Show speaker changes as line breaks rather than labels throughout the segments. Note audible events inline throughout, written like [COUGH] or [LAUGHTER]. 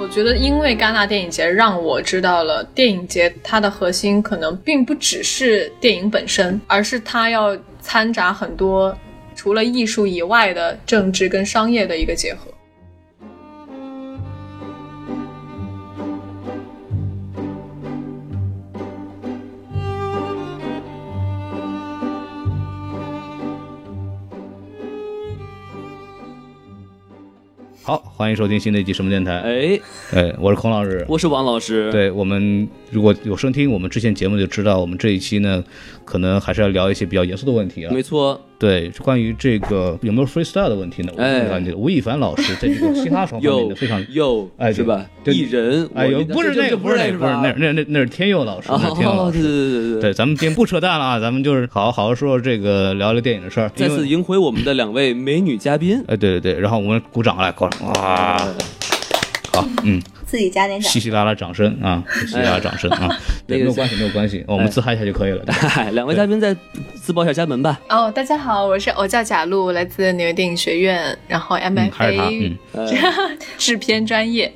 我觉得，因为戛纳电影节让我知道了电影节它的核心可能并不只是电影本身，而是它要掺杂很多除了艺术以外的政治跟商业的一个结合。
好，欢迎收听新的一期什么电台？
哎，
哎，我是孔老师。
我是王老师。，
对我们如果有收听我们之前节目就知道，我们这一期呢，可能还是要聊一些比较严肃的问题了。啊
没错，
对，关于这个有没有 freestyle 的问题呢？我
哎
感觉吴亦凡老师在这个嘻哈方面
有
呢非常。
有
哎
是吧？
对
艺人，
哎
我
呦，
觉得
不是
这
那
这
个，
不
不是那个，
那
不是那
个
那那那是天佑老师，那是天佑
哦，[LAUGHS]
老
对
师。
对对
对，。咱们今天不扯淡了啊，咱们就是好好好说这个聊聊电影的事儿。
再
因为
次迎回我们的两位美女嘉宾。
哎，对对对，然后我们鼓掌来，鼓掌哇，好，嗯，
自己加点掌
稀。稀拉拉掌声啊，稀稀拉拉掌声啊，对，
哎那个哎
没有关系，没有关系，我们自嗨一下就可以了。
嗨，哎两位嘉宾再自报一下家门吧。
哦，大家好，我是偶叫贾露，来自纽约电影学院，然后
嗯，还是他，嗯
MFA，、，
呃
制片专业。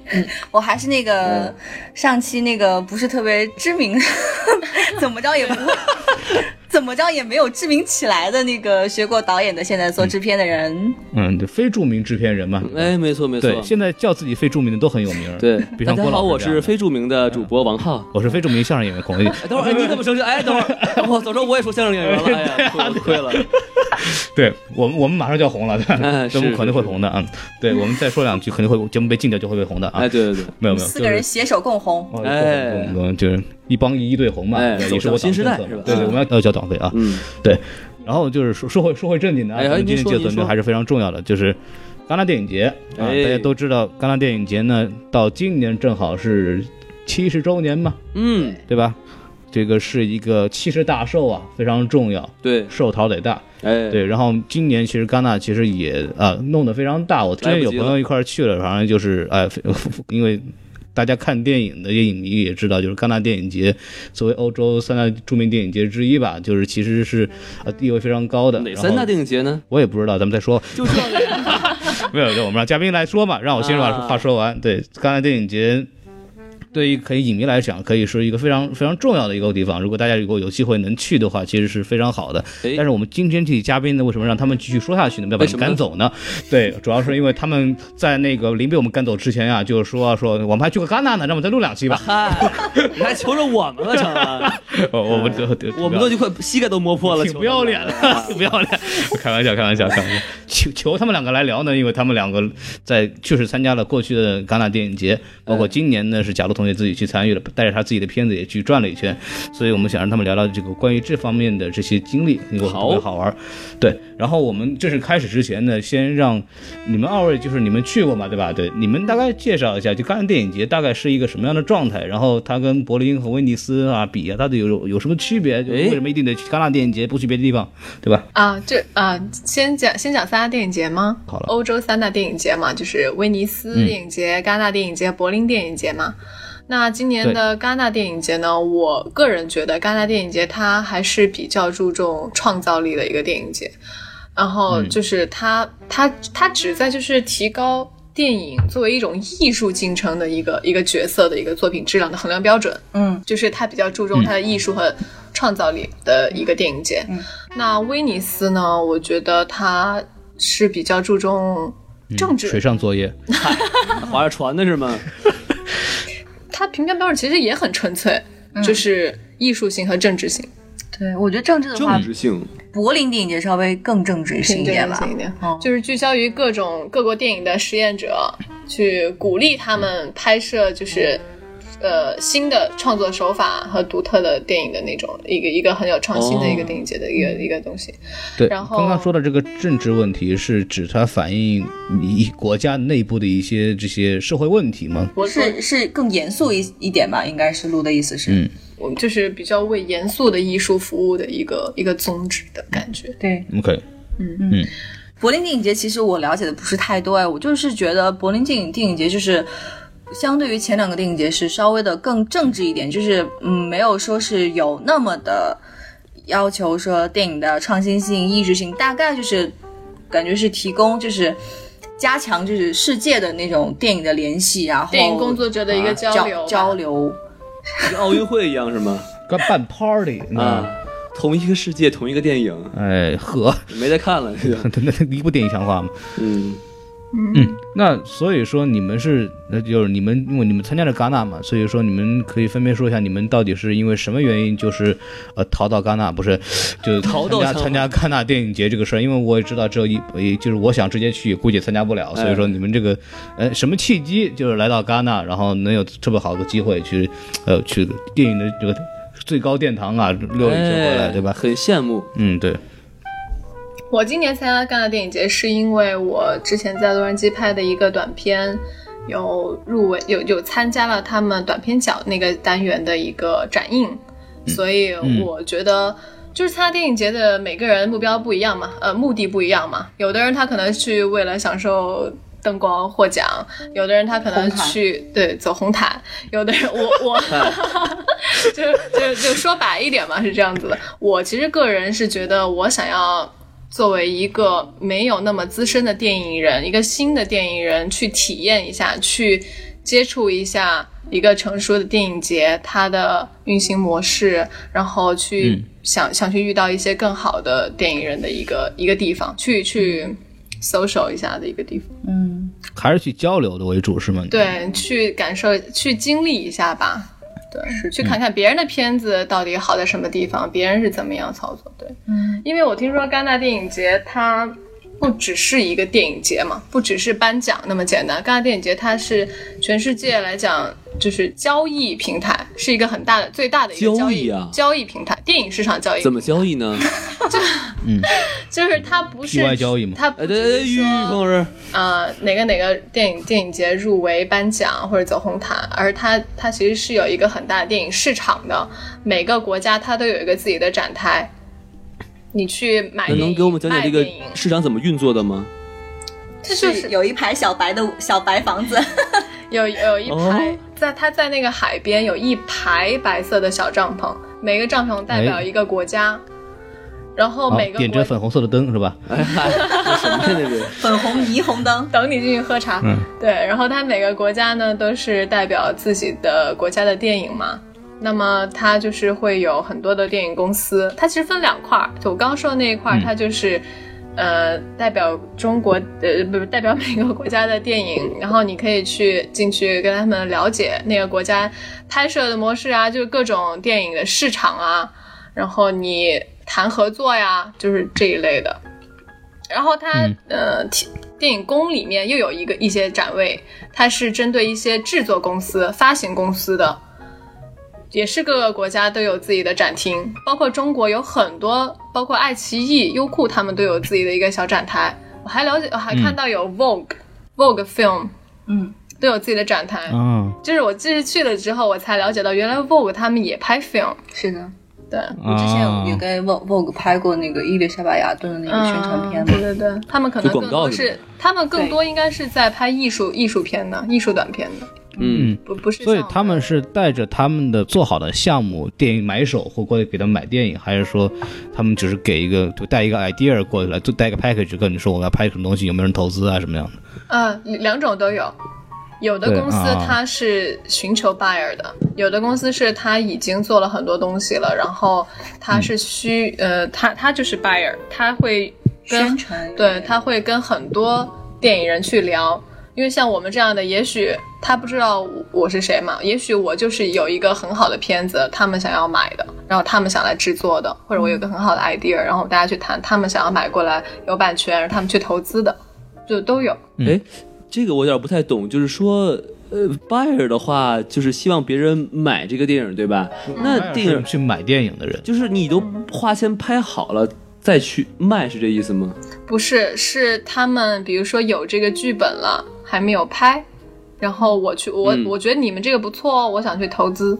我还是那个上期那个不是特别知名， [LAUGHS] 怎么着也不会， [LAUGHS] 怎么着也没有知名起来的那个学过导演的，现在做制片的人。
嗯，对，非著名制片人嘛，
哎，没错没错
对，，现在叫自己非著名的都很有名儿，
对。
比
大
方
家
郭
好，
老
我
师这样的
是非著名的主播王浩。
我是非著名相声演员孔令，
哎等会儿，哎，你怎么升职？哎，等会儿， [LAUGHS] 我早知道我也说相声演员了，哎
[LAUGHS]
呀，我亏了。
[LAUGHS] 对我们我们马上就要红了，
[LAUGHS] 哎
对，
是
我们肯定会
是
红的，嗯，对我们再说两句肯定会节目被禁掉就会被红的啊
哎，，对对对，
没有没有，
四
就
个
是
人携手共红，
哦
哎
对我们就是一帮一一对红嘛，
哎
对
走
也是我
上新时代
党政
是
策嘛
吧
对对，
嗯
我们要要交党费啊，
嗯，
对。然后就是说说回说回正经的啊，
哎哎
我们今
您
天
说
这
您
个环节
说
还是非常重要的，就是戛纳电影节啊，
哎
大家都知道戛纳电影节呢，到今年正好是七十周年嘛，
嗯，
对吧？这个是一个七十大寿啊，非常重要，
对，
寿桃得大。
哎，
对，然后今年其实戛纳其实也啊、弄得非常大，我之前有朋友一块儿去了，反正就是哎，非因为大家看电影的影迷也知道，就是戛纳电影节作为欧洲三大著名电影节之一吧，就是其实是呃地位非常高的。
哪三大
然后
电影节呢？
我也不知道，咱们再说。
就这个，
没有，就我们让嘉宾来说嘛，让我先把
啊
话说完。对，戛纳电影节。对于可以影迷来讲，可以是一个非常非常重要的一个地方。如果大家如果有机会能去的话，其实是非常好的。
哎
但是我们今天这期嘉宾呢，为什么让他们继续说下去呢？要把
为
他
什
们
么呢
赶走呢？对，主要是因为他们在那个临被我们赶走之前啊，就是说说我们还去过戛纳呢，让我们再录两
[LAUGHS]
期吧。
嗨，哎你还求着我们了，成啊？
哦我们这
我们都就快膝盖都磨破了，
挺不要脸的， [LAUGHS] 不要脸！啊开玩笑，开玩笑，开玩笑。 [LAUGHS] 求求他们两个来聊呢，因为他们两个在确实参加了过去的戛纳电影节，包括今年呢是贾璐同学自己去参与了，带着他自己的片子也去转了一圈，所以我们想让他们聊聊这个关于这方面的这些经历，因为特别
好
好玩。对，然后我们正式开始之前呢，先让你们二位就是你们去过嘛，对吧？对，你们大概介绍一下，就戛纳电影节大概是一个什么样的状态？然后它跟柏林和威尼斯啊比啊，它的有有什么区别？就
哎
为什么一定得去戛纳电影节，不去别的地方，对吧？
啊，这啊，先讲先讲三大电影节吗？
好了
欧洲三大电影节嘛，就是威尼斯
嗯
电影节、戛纳电影节、柏林电影节嘛。那今年
对
的戛纳电影节呢，我个人觉得戛纳电影节它还是比较注重创造力的一个电影节，然后
嗯
就是它、它它旨在就是提高电影作为一种艺术进程的一个一个角色的一个作品质量的衡量标准。
嗯，
就是它比较注重它的艺术和创造力的一个电影节。
嗯
那威尼斯呢，我觉得它是比较注重政治，
嗯水上作业，
划着船的是吗？
嗯
它评价标准其实也很纯粹，就是艺术性和政治性。
对，我觉得政治
嗯
的话
政，治性，
柏林电影节稍微更政治性一点吧
行。一点
嗯
就是聚焦于各种各国电影的实验者，去鼓励他们拍摄，就是。呃，新的创作手法和独特的电影的那种一个一个很有创新的一个电影节的一个、一个东西，
对，
然后
刚刚说的这个政治问题是指它反映你国家内部的一些这些社会问题吗？
我我
是是更严肃一一点吧，应该是录的意思是，
嗯
我就是比较为严肃的艺术服务的一个一个宗旨的感觉。
对。
嗯
OK，
柏林电影节其实我了解的不是太多哎，我就是觉得柏林电影电影节就是。相对于前两个电影节是稍微的更政治一点，就是嗯，没有说是有那么的要求说电影的创新性、艺术性，大概就是感觉是提供就是加强就是世界的那种电影的联系，然后
电影工作者的一个交
哦啊交
流吧、
交流，
跟奥运会一样是吗？
刚办 party
啊
啊，，
同一个世界，同一个电影，
哎呵，
没得 [LAUGHS] 看了。这个
[LAUGHS] 那那一部电影强化吗？
嗯，
那所以说你们是，那就是你们因为你们参加了戛纳嘛，所以说你们可以分别说一下你们到底是因为什么原因，就是呃逃到戛纳，不是，就是
逃到
参加
香
参加戛纳电影节这个事儿，因为我也知道只有一，也就是我想直接去，估计参加不了，
哎
所以说你们这个呃什么契机，就是来到戛纳，然后能有特别好的机会去，呃去电影的这个最高殿堂啊溜一圈回来，
哎
对吧？
很羡慕。
嗯，对，
我今年参加戛纳电影节，是因为我之前在洛杉矶拍的一个短片，有入围，有有参加了他们短片奖那个单元的一个展映，所以我觉得。就是参加电影节的每个人目标不一样嘛，呃，目的不一样嘛。有的人他可能去为了享受灯光获奖，有的人他可能
红毯
去对走红毯，有的人我我 [LAUGHS] 就就就说白一点嘛，是这样子的。我其实个人是觉得，我想要作为一个没有那么资深的电影人，一个新的电影人去体验一下，去接触一下一个成熟的电影节它的运行模式，然后去想、想去遇到一些更好的电影人的一个一个地方，去去 social 一下的一个地方。
嗯，
还是去交流的为主是吗？，
对，去感受、去经历一下吧。对，去看看别人的片子到底好在什么地方，别人是怎么样操作。对，嗯，因为我听说戛纳电影节它不只是一个电影节嘛，不只是颁奖那么简单。戛纳电影节它是全世界来讲就是交易平台，是一个很大的、最大的一个
交
交
易啊
交易平台，电影市场交易
怎么交易呢？
就是它不是
PY 交易嘛
它不
哎，
只
对对，
是
玉玉
说
冯老师，
呃哪个哪个电影电影节入围颁奖或者走红毯，而它它其实是有一个很大的电影市场的，每个国家它都有一个自己的展台，你去买
那
电影，
能给我们讲讲这
卖
个
哎电影
市场怎么运作
[LAUGHS]
的吗？
这就是
有一排小白的小白房子， [LAUGHS]
有有一排
哦，
在它在那个海边有一排白色的小帐篷，每个帐篷代表
哎
一个国家，然后
好
每，个
点着
国
粉红色的灯是吧？
哎嗨，那什么呀那是？
粉红霓虹灯，
等你进去喝茶。
嗯
对，然后它每个国家呢都是代表自己的国家的电影嘛。那么它就是会有很多的电影公司，它其实分两块儿，就我刚刚说的那一块儿，
嗯
它就是，呃，代表中国，呃，不是 [LAUGHS] 代表每个国家的电影，然后你可以去进去跟他们了解那个国家拍摄的模式啊，就是各种电影的市场啊，然后你谈合作呀，就是这一类的。然后它、
嗯
呃，提电影宫里面又有一个一些展位，它是针对一些制作公司、发行公司的，也是各个国家都有自己的展厅，包括中国有很多，包括爱奇艺、优酷他们都有自己的一个小展台。我还了解，我还看到有 Vogue、Vogue Film
嗯，
都有自己的展台。
啊
就是我这次去了之后，我才了解到原来 Vogue 他们也拍 film。
是的，
对，
我之前有
啊
跟 Vogue Vogue 拍过那个伊丽莎白雅顿的那个宣传片
嗯
嘛
对，对对，他们可能
就
更
广告
多
是吧
是，他们更多应该是在拍艺术艺术片的艺术短片的，
嗯，
不不是像
所
我
以
们。
他们是带着他们的做好的项目，电影买手或过来给他们买电影，还是说他们只是给一个就带一个 idea 过来，就带一个 package 跟你说我要拍什么东西，有没有人投资啊什么样的？
呃，两种都有。有的
对
公司
啊
它是寻求 buyer 的，有的公司是它已经做了很多东西了，然后
嗯
它是需、呃，它它就是 buyer，它会跟
宣传
对，他会跟很多电影人去聊。因为像我们这样的，也许他不知道我是谁嘛，也许我就是有一个很好的片子，他们想要买的，然后他们想来制作的，或者我有一个很好的 idea，然后大家去谈，他们想要买过来有版权，让他们去投资的，就都有。
哎，这个我有点不太懂，就是说。呃，buyer 的话就是希望别人买这个电影，对吧？那电影
去买电影的人，
就是你都花钱拍好了再去卖，是这意思吗？
不是，是他们比如说有这个剧本了，还没有拍，然后我去，我、
嗯
我觉得你们这个不错哦，我想去投资，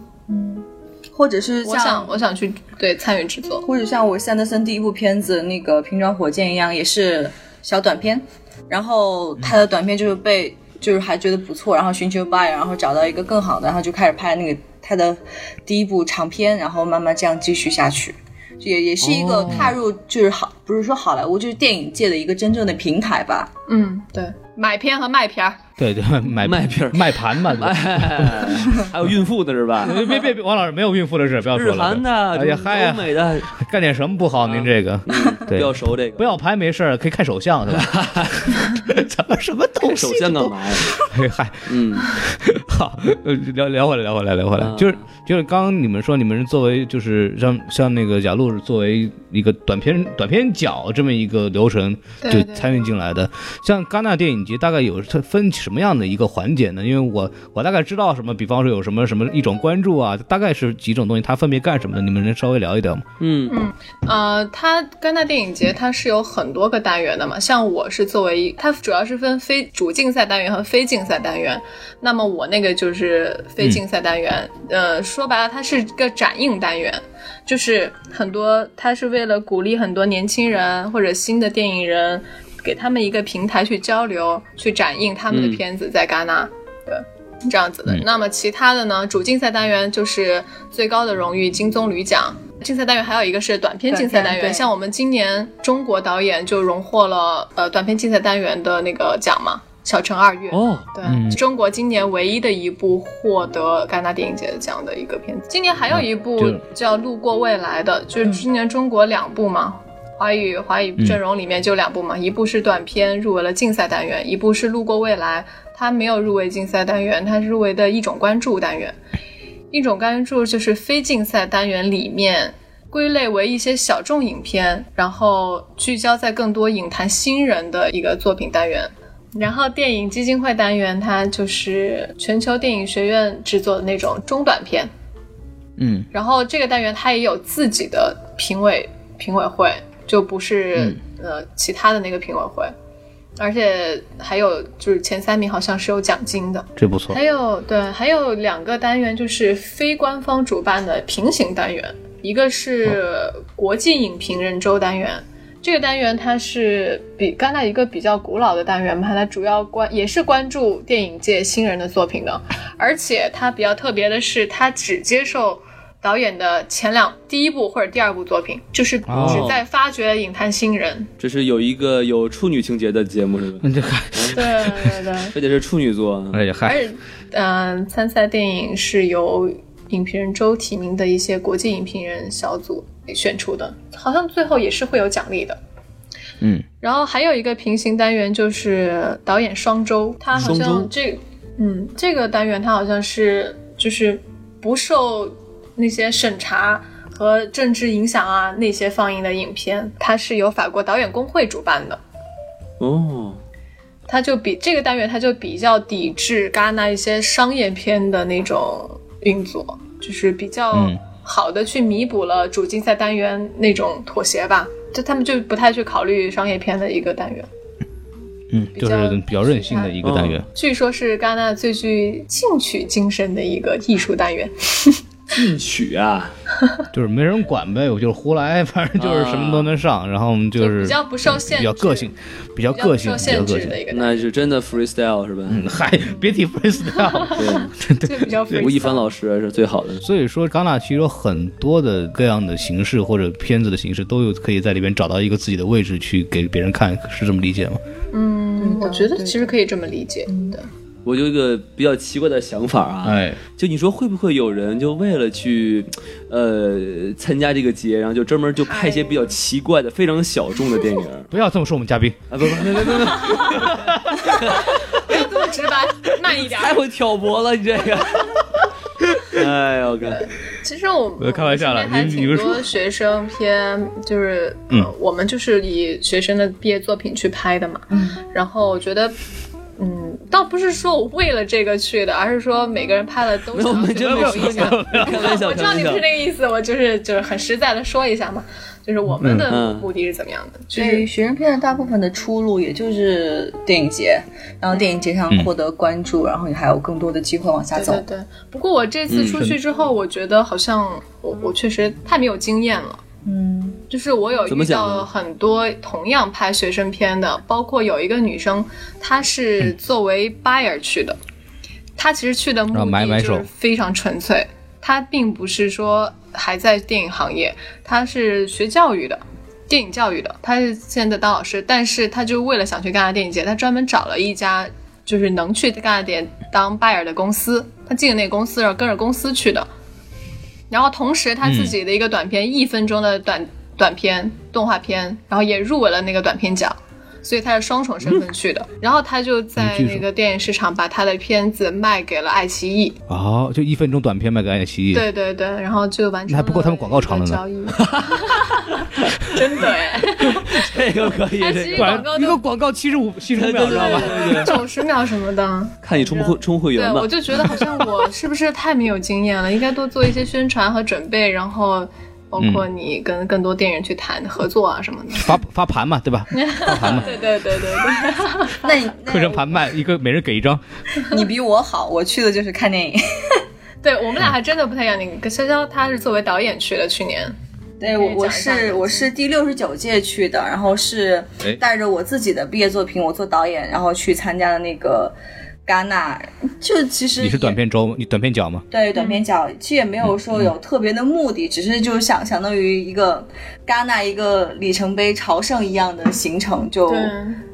或者是
我想
像
我想去对参与制作。
或者像我三德森第一部片子那个《瓶装火箭》一样，也是小短片，然后他的短片就是被就是还觉得不错，然后寻求 buy，然后找到一个更好的，然后就开始拍那个他的第一部长片，然后慢慢这样继续下去。这也也是一个
哦
踏入就是好、不是说好莱坞就是电影界的一个真正的平台吧，
嗯，对，买片和卖片儿。
[LAUGHS] 对对，买
卖片儿
卖盘嘛。对吧
哎， [LAUGHS] 还有孕妇的是 [LAUGHS] 吧？
别别别别，王老师没有孕妇的事，不要
哎日
说了。
韩的、
哎呀嗨呀
欧，美的，
干点什么不好？您这个
比
对
较熟这个。
不要拍没事儿，可以看首相是吧？ [LAUGHS] 咱们什么东西？
首先干？嘛呀？
哎嗨，
嗯，
好，呃，聊聊回来，聊回来，聊回来，
嗯
就是就是刚刚你们说你们是作为就是像像那个贾璐是作为一个短片短片角这么一个流程
对
就
对
参与进来的，像戛纳电影节大概有它分什么样的一个环节呢？因为我我大概知道什么，比方说有什么什么一种关注啊，大概是几种东西，它分别干什么的？你们能稍微聊一聊吗？
嗯，
呃，它戛纳电影节它是有很多个单元的嘛，像我是作为一，它主要是分非主竞赛单元和非竞赛单元。那么我那个就是非竞赛单元，呃，说白了它是个展映单元，就是很多它是为了鼓励很多年轻人或者新的电影人，给他们一个平台去交流、去展映他们的
嗯
片子在戛纳。对，这样子的。
嗯
那么其他的呢？主竞赛单元就是最高的荣誉金棕榈奖。竞赛单元还有一个是短片竞赛单
短
元，
片对
像我们今年中国导演就荣获了呃短片竞赛单元的那个奖嘛，《小城二月》。
哦，
对，
嗯
中国今年唯一的一部获得戛纳电影节奖的一个片子。今年还有一部
嗯
叫《路过未来》的，就是今年中国两部嘛，华语华语阵容里面就两部嘛，一部是短片入围了竞赛单元，一部是《路过未来》，它没有入围竞赛单元，它是入围的一种关注单元。一种关注就是非竞赛单元里面归类为一些小众影片，然后聚焦在更多影坛新人的一个作品单元。然后电影基金会单元，它就是全球电影学院制作的那种中短片。
嗯，
然后这个单元它也有自己的评委评委会，就不是、呃其他的那个评委会，而且还有就是前三名好像是有奖金的。
这不错
还。有对，还有两个单元就是非官方主办的平行单元，一个是国际影评人周单元。这个单元它是比戛纳一个比较古老的单元嘛，它主要关也是关注电影界新人的作品的，而且它比较特别的是，它只接受导演的前两第一部或者第二部作品，就是只在发掘影坛新人。
这是有一个有处女情节的节目是吧？
那这嗨，
对对对。
非得是处女座，
哎呀嗨，
而且，嗯、参赛电影是由影评人周提名的一些国际影评人小组选出的，好像最后也是会有奖励的。
嗯，
然后还有一个平行单元就是导演双周，他好
双周
像这，嗯，这个单元它好像是就是不受那些审查。和政治影响啊，那些放映的影片，它是由法国导演工会主办的。
哦，
它就比这个单元，它就比较抵制戛纳一些商业片的那种运作，就是比较
嗯
好的去弥补了主竞赛单元那种妥协吧。就他们就不太去考虑商业片的一个单元，
嗯，
比
就
较
是比较任性的一个单元。
据说是戛纳最具进取精神的一个艺术单元。
进取啊，
就是没人管呗，我就是胡来， [LAUGHS] 反正就是什么都能上，然后我们就是
啊就比较不受限制
比较个性，比较
比较不
个
受
性，比较
限
个
制
性
的。一
[LAUGHS]
个单元，
那是真的 freestyle 是吧？
嗨， [LAUGHS] 别提 freestyle。 [LAUGHS]
[LAUGHS] 对，
就比较
吴亦
freestyle
凡老师是最好的。
所以说，戛纳其实有很多的各样的形式或者片子的形式，都有可以在里边找到一个自己的位置去给别人看，是这么理解吗？
嗯，我觉得
对
其实可以这么理解。对，
我有一个比较奇怪的想法啊，
哎，
就你说会不会有人就为了去，呃，参加这个节，然后就专门就拍一些比较奇怪的、非常小众的电影啊
不要这么说我们嘉宾，
啊？不不不不不，
[LAUGHS] 这么直白，慢一点。
太会挑拨了，你这个。哎呦我靠！
其实我
我开玩笑了
我们身
你
边还挺
你不
多学生偏就是，
嗯
呃我们就是以学生的毕业作品去拍的嘛。嗯，然后我觉得。嗯，倒不是说我为了这个去的，而是说每个人拍的都
没有，我
想要
们
去
真没说你看，开玩
[LAUGHS]
笑，
我
开
知道
玩
你不
笑
是。那个意思，我就是就是很实在的说一下嘛，就是我们的
嗯
目的是怎么样的，就
所以
是
学生片的大部分的出路也就是电影节，然后电影节上
嗯
获得关注，然后你还有更多的机会往下
对
走
对。对。不过我这次出去之后，我觉得好像我我确实太没有经验了。
嗯，
就是我有
怎么
遇
讲
到
呢
很多同样拍学生片的，包括有一个女生，她是作为 buyer 去的，她其实去的目
啊买
的
买
就
手
是非常纯粹，她并不是说还在电影行业，她是学教育的。电影教育的，她是现在当老师，但是她就为了想去戛纳电影节，她专门找了一家就是能去戛纳电当 buyer 的公司，她进了那个公司，然后跟着公司去的。然后同时他自己的一个短片，一分钟的短短片动画片，然后也入围了那个短片奖，所以他是双重身份去的。然后他就在
嗯技术
那个电影市场把他的片子卖给了爱奇艺，
哦，就一分钟短片卖给爱奇艺，
对对对，然后就完成
那还不够他们广告长的呢
交易， [LAUGHS] 真的哎，
这个可以，
爱
这
奇艺
个
广告
一
都
个广告七十五七十五
对
秒，
对
知道吧？
对对对，
九十秒什么的。
看你充不充会
对，
员吧
我。就觉得好像我是不是太没有经验了，应该多做一些宣传和准备，然后包括你跟更多电影去谈合作啊什么的。
发发盘嘛，
[LAUGHS]
对吧？发盘嘛，
对对对对 [LAUGHS] 对，
那你那
课程盘卖一个，每人给一张。
你比我好，我去的就是看
[LAUGHS]
电影。
对我们俩还真的不太一样。那个潇潇他是作为导演去的，去年
对，我
可以
我
讲一下你
是
的
我是第六十九届去的，然后是
哎
带着我自己的毕业作品，我做导演，然后去参加的那个戛纳，就其实
你是
也
短片周嗯吗，你短片角吗？
对
嗯
短片角，其实也没有说有特别的目的，只是就是想相当于一个戛纳一个里程碑朝圣一样的行程，就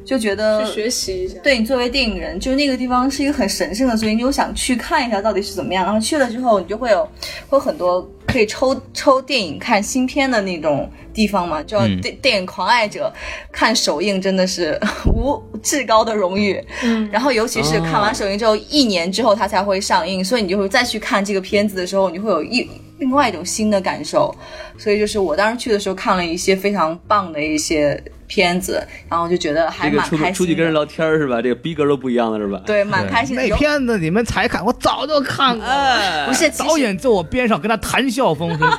就觉得
去学习一下。
对你作为电影人，就是那个地方是一个很神圣的，所以你就想去看一下到底是怎么样。然后去了之后，你就会有会有很多可以抽抽电影看新片的那种地方嘛，就要
嗯
电、电影狂爱者看首映真的是 [LAUGHS] 无至高的荣誉。
嗯，
然后尤其是
哦
看完首映之后，一年之后它才会上映，所以你就会再去看这个片子的时候，你会有一另外一种新的感受。所以就是我当时去的时候看了一些非常棒的一些片子，然后就觉得还
这个
蛮
出
开心的。
出去跟人聊天儿是吧？这个逼格都不一样了是吧？
对，蛮开心的。有
片子你们才看，我早就看过了。
哎，
不是其实
导演坐我边上，跟他谈笑风生。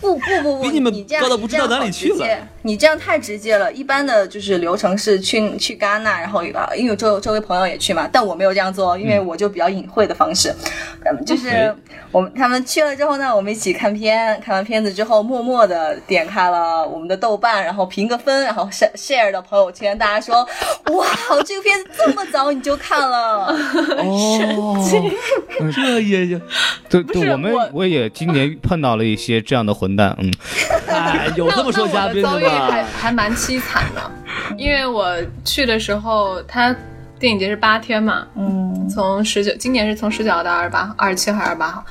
不不不不，
比你们
这样
高到
你
不
这
知道
样
哪
好
里
直
去了
接。你这样太直接了。一般的就是流程是去去戛纳，然后啊因为我周周围朋友也去嘛，但我没有这样做，因
嗯
为我就比较隐晦的方式，嗯，就是
哎
我们他们去了之后呢，我们一起看片，看完片子之后，默默的点开了我们的豆瓣，然后评个分，然后 share share 到朋友圈，大家说，哇，这个片子这么早你就看了，
哦，这也就
[LAUGHS] 对
不
对，
是
我们
我
我也今年碰到了一些这样的混蛋，嗯，
哎，有
那
这么说嘉宾
那我的遭遇还
吧？
还蛮凄惨的，因为我去的时候，他电影节是八天嘛，
嗯，
从十九，今年是从十九到二十八，二十七还是二十八号？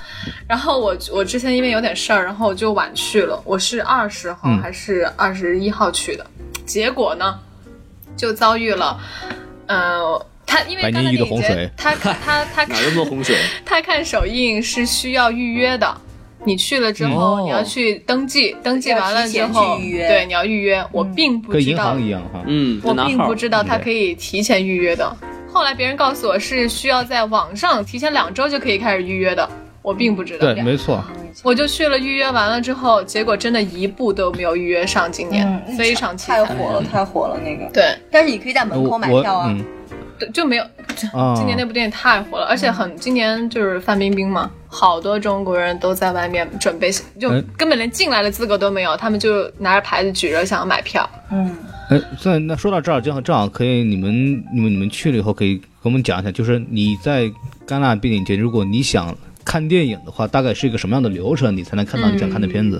然后我我之前因为有点事儿，然后我就晚去了，我是二十号
嗯
还是二十一号去的？结果呢，就遭遇了，呃，他因为
百
刚
年
才
一遇的
那一
洪
节
水
他他他
[LAUGHS]
他
哪儿那么多洪水？
他看首映是需要预约的，你去了之后、
哦
嗯
你要去登记，登记完了之
要
后，
提前去预约嗯
对，你要预约。我并不
跟
知
银
道
行，一样哈。
嗯，
我
拿
并
号
不知道他可以提前预约的。后来别人告诉我是需要在网上提前两周就可以开始预约的，我并不知道
对，。没错，
我就去了，预约完了之后，结果真的一部都没有预约上，今年、
嗯
非常凄
太
惨。
火了，太火了那个。
对
但是你可以在门口
我
买
我
票啊。
嗯
对，就没有。
哦
啊，
今年那部电影太火了，而且
嗯
很，今年就是范冰冰嘛，好多中国人都在外面准备，就
嗯
哎
根本连进来的资格都没有，他们就拿着牌子举着想要买票。
嗯，
哎，那那说到这儿，正好正好可以，你们你们你们去了以后，可以给我们讲一下，就是你在戛纳电影节，如果你想看电影的话，大概是一个什么样的流程，你才能看到你想看的片子？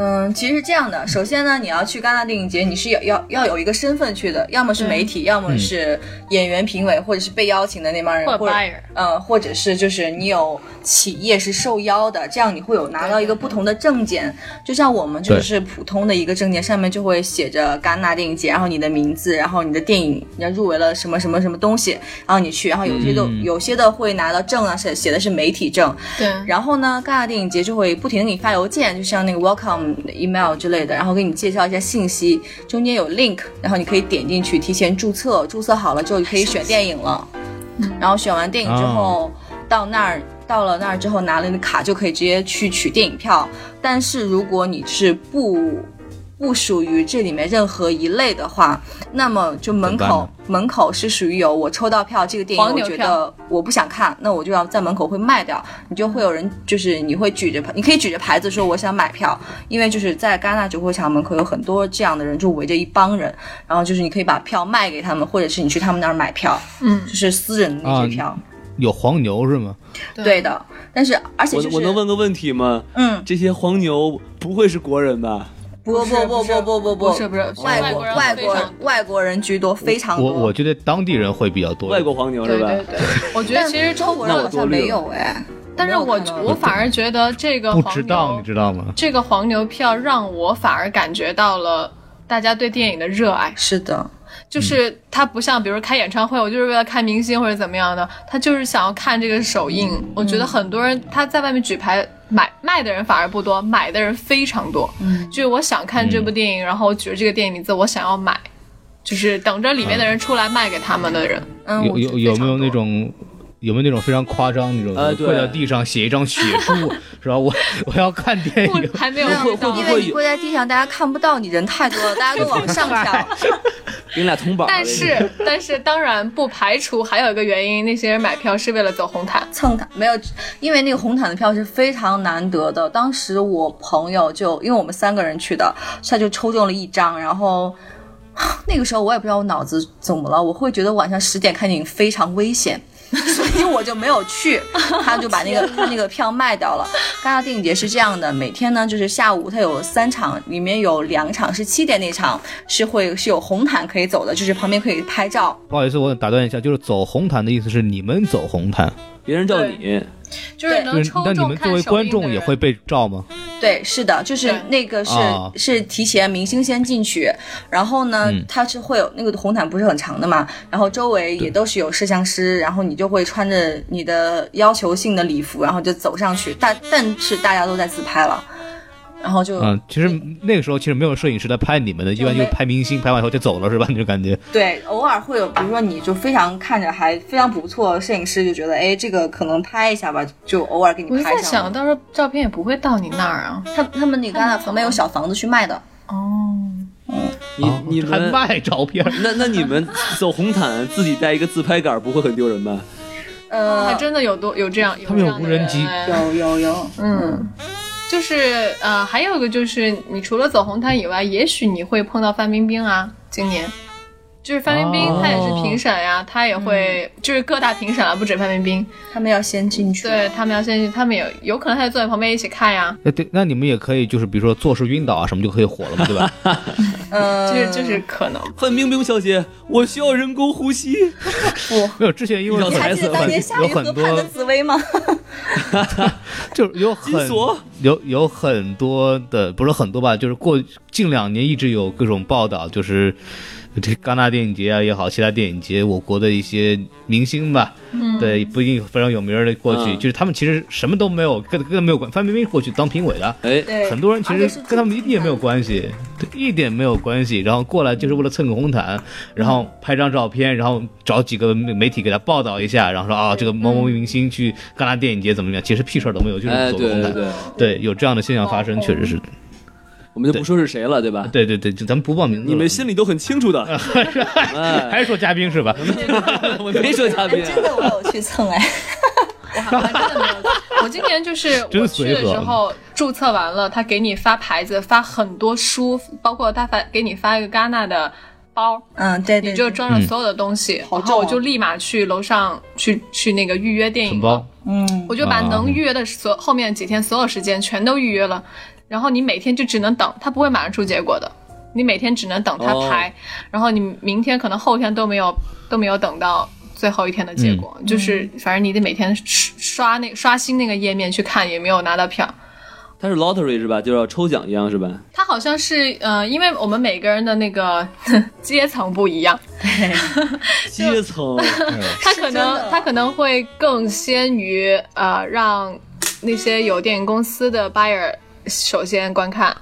嗯，其实是这样的。首先呢，你要去戛纳电影节，你是要要要有一个身份去的，要么是媒体，要么
嗯
是演员、评委，或者是被邀请的那帮人，
或者
或者
buyer
呃，或者是就是你有企业是受邀的，这样你会有拿到一个不同的证件。就像我们就
对
是普通的一个证件，上面就会写着戛纳电影节，然后你的名字，然后你的电影你要入围了什么什么什么东西，然后你去，然后有些都、
嗯
有些的会拿到证啊，写写的是媒体证，
对，
然后呢，戛纳电影节就会不停的给你发邮件，就像那个 welcome email 之类的，然后给你介绍一下信息，中间有 link，然后你可以点进去提前注册，注册好了之后你可以选电影了，然后选完电影之后、到那儿。到了那儿之后，拿了你的卡就可以直接去取电影票。但是如果你是不不属于这里面任何一类的话，那么就门
怎么办
口
呢
门口是属于有我抽到票，这个电影
黄
我
牛
觉得
票
我不想看，那我就要在门口会卖掉，你就会有人就是你会举着你可以举着牌子说我想买票，因为就是在戛纳酒会场门口有很多这样的人，就围着一帮人，然后就是你可以把票卖给他们，或者是你去他们那儿买票，
嗯
就是私人的那
啊
些票，
有黄牛是吗？
对的。但是而且
我
就是
我能问个问题吗？
嗯，
这些黄牛不会是国人吧？
不
是
不不
是
不不不
不是不是
外
外
国
国人
外
非
国
常
外国人居多，非常
我
多。
我觉得当地人会比较多。
外国黄牛
对
是吧？
对对，我觉得
但
其实
中
中
国
国
人
那
好
我多
像没
虑了
有哎，
但是
没有
我
看到
我反而觉得这个
不
黄
知道，
牛
你知道吗？
这个黄牛票让我反而感觉到了大家对电影的热爱，
是的，
嗯
就是它不像比如开演唱会，我就是为了看明星或者怎么样的，他就是想要看这个首映。
嗯
我觉得很多人他在外面举牌买卖的人反而不多，买的人非常多。
嗯
就是我想看这部电影，然后我举着这个电影名字，我想要买，就是等着里面的人出来卖给他们的人。
嗯，
有
我
有
非
有
常
没有
多
那种？有没有那种非常夸张那种
呃对
跪到地上写一张血书，是吧？我我要看电
不
影，
还没有
没有
遇到
会不
因
会
为你跪在地上，大家看不到你，人太多了，大家都往上跳。
给你俩同榜。
但是，但是，当然不排除还有一个原因，那些人买票是为了走红毯。
蹭毯没有，因为那个红毯的票是非常难得的。当时我朋友就因为我们三个人去的，他就抽中了一张，然后。那个时候我也不知道我脑子怎么了，我会觉得晚上十点看电影非常危险， [LAUGHS] 所以我就没有去。他就把那个他那个票卖掉了。戛纳电影节是这样的，每天呢就是下午它有三场，里面有两场是七点那场是会是有红毯可以走的，就是旁边可以拍照，
不好意思，我打断一下，就是走红毯的意思是你们走红毯，
别人叫你，
就是
就
能
是
抽
那你
中
们作
看
为
首
观
映的
众也会
人。
被照吗？
对，是的，就是
对
那个是、
啊
是提前明星先进去，然后呢
嗯，
它是会有那个红毯不是很长的嘛，然后周围也都是有摄像师，然后你就会穿着你的要求性的礼服，然后就走上去，但但是大家都在自拍了，然后就、
嗯，其实那个时候其实没有摄影师来拍你们的，一般就
没
是拍明星，拍完以后就走了，是吧？你就感觉
对，偶尔会有，比如说你就非常看着还非常不错，摄影师就觉得哎这个可能拍一下吧，就偶尔给
我
你
就
拍
在
上
想
了。
到时候照片也不会到你那儿啊。
他他们那个戛纳旁边有小房子去卖的，
哦，
你
啊
你
还
们
卖照片，
那那你们走红毯自己带一个自拍杆，不会很丢人吧？
哦还
呃，
真的有多有这样，
他们有
这样的
无人机
哎
有有有，
嗯，就是呃，还有一个就是，你除了走红毯以外，也许你会碰到范冰冰啊，今年。就是范冰冰，
哦嗯
她也是评审呀、她也会、就是各大评审啊，不止范冰冰，
他们要先进去。
对他们要先去，他们也有可能还坐在旁边一起看呀、
那哎对，那你们也可以就是比如说坐视晕倒啊什么就可以火了嘛，对吧？
呃，
就是就是可能。
范冰冰小姐，我需要人工呼吸。
没有，之前因为
你
你还
还
记得
记得
当
当
年
年
夏
有
雨荷
很
盼的
多
紫薇吗？
就是有很
金锁
有有很多的，不是很多吧，就是过近两年一直有各种报道，就是这戛纳电影节啊也好，其他电影节，我国的一些明星吧，
嗯
对，不一定非常有名儿的过去，
嗯
就是他们其实什么都没有，跟跟他们没有关，范冰冰过去当评委的。
哎，
对
很多人其
而且
实
是
跟他们一点没有关系，对一点没有关系。然后过来就是为了蹭个红
嗯
毯，然后拍张照片，然后找几个媒体给他报道一下，然后说啊，这个某
嗯
某明星去戛纳电影节怎么样？其实屁事儿都没有，就是
哎，
走个
对
红
对
毯。
对，
对，有这样的现象发
哦
生，确实是。
我们就不说是谁了，对吧？
对对对，就咱们不报名字了。
你们心里都很清楚的。哎，
还是说嘉宾是吧？
嗯 [LAUGHS] 我没说嘉宾 [LAUGHS]
哎，，真的我有去蹭哎，
我好像真的没有。我今年就是我
[LAUGHS] 真
去
随
的
和
时候注册完了，他给你发牌子，发很多书，包括他发给你发一个戛纳的包，
嗯，对对，
你就装上所有的东西，
好
然后我
重啊
就立马去楼上去去那个预约电影
存包
了，
嗯，
我就把
啊
能预约的所后面几天所有时间全都预约了。然后你每天就只能等，它不会马上出结果的。你每天只能等它排，然后你明天可能后天都没有都没有等到最后一天的结果，就是反正你得每天刷刷那刷新那个页面去看，也没有拿到票。
它是 lottery 是吧？就要抽奖一样是吧？
它好像是呃，因为我们每个人的那个 [LAUGHS] 阶层不一样，
阶层，
它可
是真
能
的
它可能会更先于呃让那些有电影公司的 buyer 首先观看，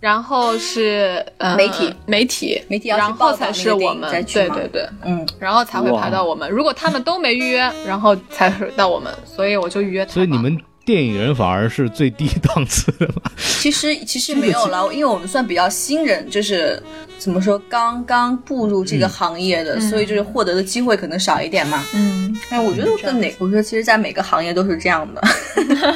然后是呃
媒体
媒体
媒体要去
然
报
后
道
才
那个
是我
电影
们
再去
对
嘛
对对，
嗯，
然后才会排到我们。如果他们都没预约，然后才是到我们，所以我就预约他。
所以你们电影人反而是最低档次的嘛？
其实其实没有了，因为我们算比较新人，就是怎么说，刚刚步入这个行业的，所以就是获得的机会可能少一点嘛。
嗯，
哎，我觉得跟哪，我觉得其实，在每个行业都是这样的。
[LAUGHS]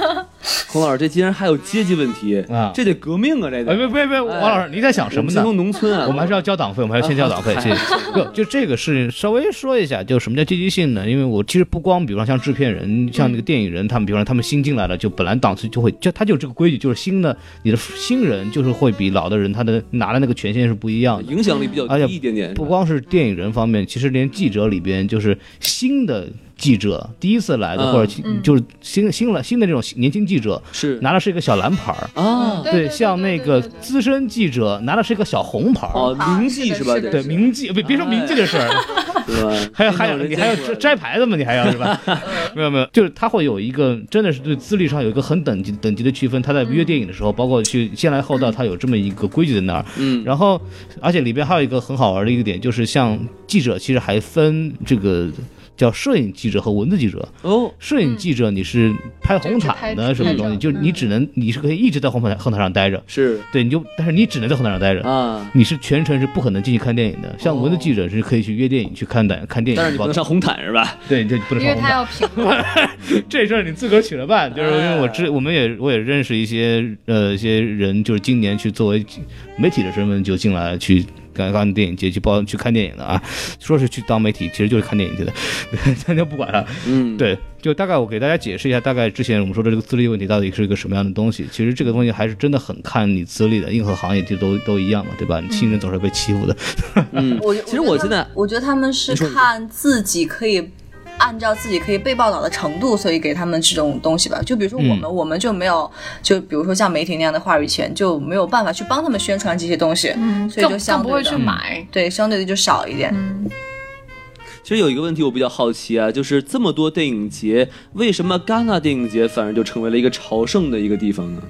孔老师，这竟然还有阶级问题
啊
这得革命啊！这
哎，
得
别别别，王老师你在想什么呢
我们？从农村啊，
我们还是要交党费，我们还要先交党
啊
费。谢谢。
[LAUGHS]
不，就这个是稍微说一下，就什么叫积极性呢？因为我其实不光，比如说像制片人，
嗯
像那个电影人，他们，比如说他们新进来的，就本来档次就会，就他就这个规矩，就是新的你的新人就是会比老的人他的拿的那个权限是不一
嗯
样的。
影响力比较
而且
低一点点，
哎不光是电影人方面，其实连记者里边就是新的记者，第一次来的、
嗯
或者新
嗯
就是新新来新的这种年轻记者，
是
拿的是一个小蓝牌儿。
啊，
对对
像那个
对对对
资深记者拿的是一个小红牌儿。
哦，
啊
铭
是
记
的
是吧？
是的
得
对铭记，别别说铭记的事儿，
对吧？
[LAUGHS] 还有还
经常
有
人
你还要
见过
摘摘牌子吗？你还要是吧？没有没有，就是他会有一个真的是对资历上有一个很等级等级的区分。他在约电影的时候，包括去先来后到，他有这么一个规矩在那儿。
嗯，
然后，而且里边还有一个很好玩的一个点，就是像记者其实还分这个叫摄影记者和文字记者。
哦，
摄影记者你是拍红毯的
嗯
什么东西，
就
就是
拍
你只能你是可以一直在红毯红毯上待着，
是
对，你就但是你只能在红毯上待着。
啊，
你是全程是不可能进去看电影的，像文字记者是可以去约电影去看的，看电影
哦但是
的
你
报
不能
道。
上红毯是吧？
对，这不能
因
上
为
红
他
毯。
要评论，
这事儿你自个儿取了办，就是因
啊
为我知，我们也我也认识一些呃一些人，就是今年去作为媒体的身份就进来去干干电影节去报去看电影的啊，说是去当媒体，其实就是看电影去的， [LAUGHS] 咱就不管了。
嗯，
对，就大概我给大家解释一下，大概之前我们说的这个资历问题到底是一个什么样的东西。其实这个东西还是真的很看你资历的，任何行业就都都一样嘛，对吧？你新人总是被欺负的。
嗯，
我觉
其实我
觉
现
得
在
他们我觉得他们是
你说你说
看自己可以。按照自己可以被报道的程度，所以给他们这种东西吧。就比如说我们，
嗯
我们就没有，就比如说像媒体那样的话语权，就没有办法去帮他们宣传这些东西，
嗯
嗯所以
更
就
更
相
不
对
会
嗯
的
去买。
对相对的就少一点。
嗯，
其实有一个问题我比较好奇啊，就是这么多电影节，为什么戛纳电影节反而就成为了一个朝圣的一个地方呢？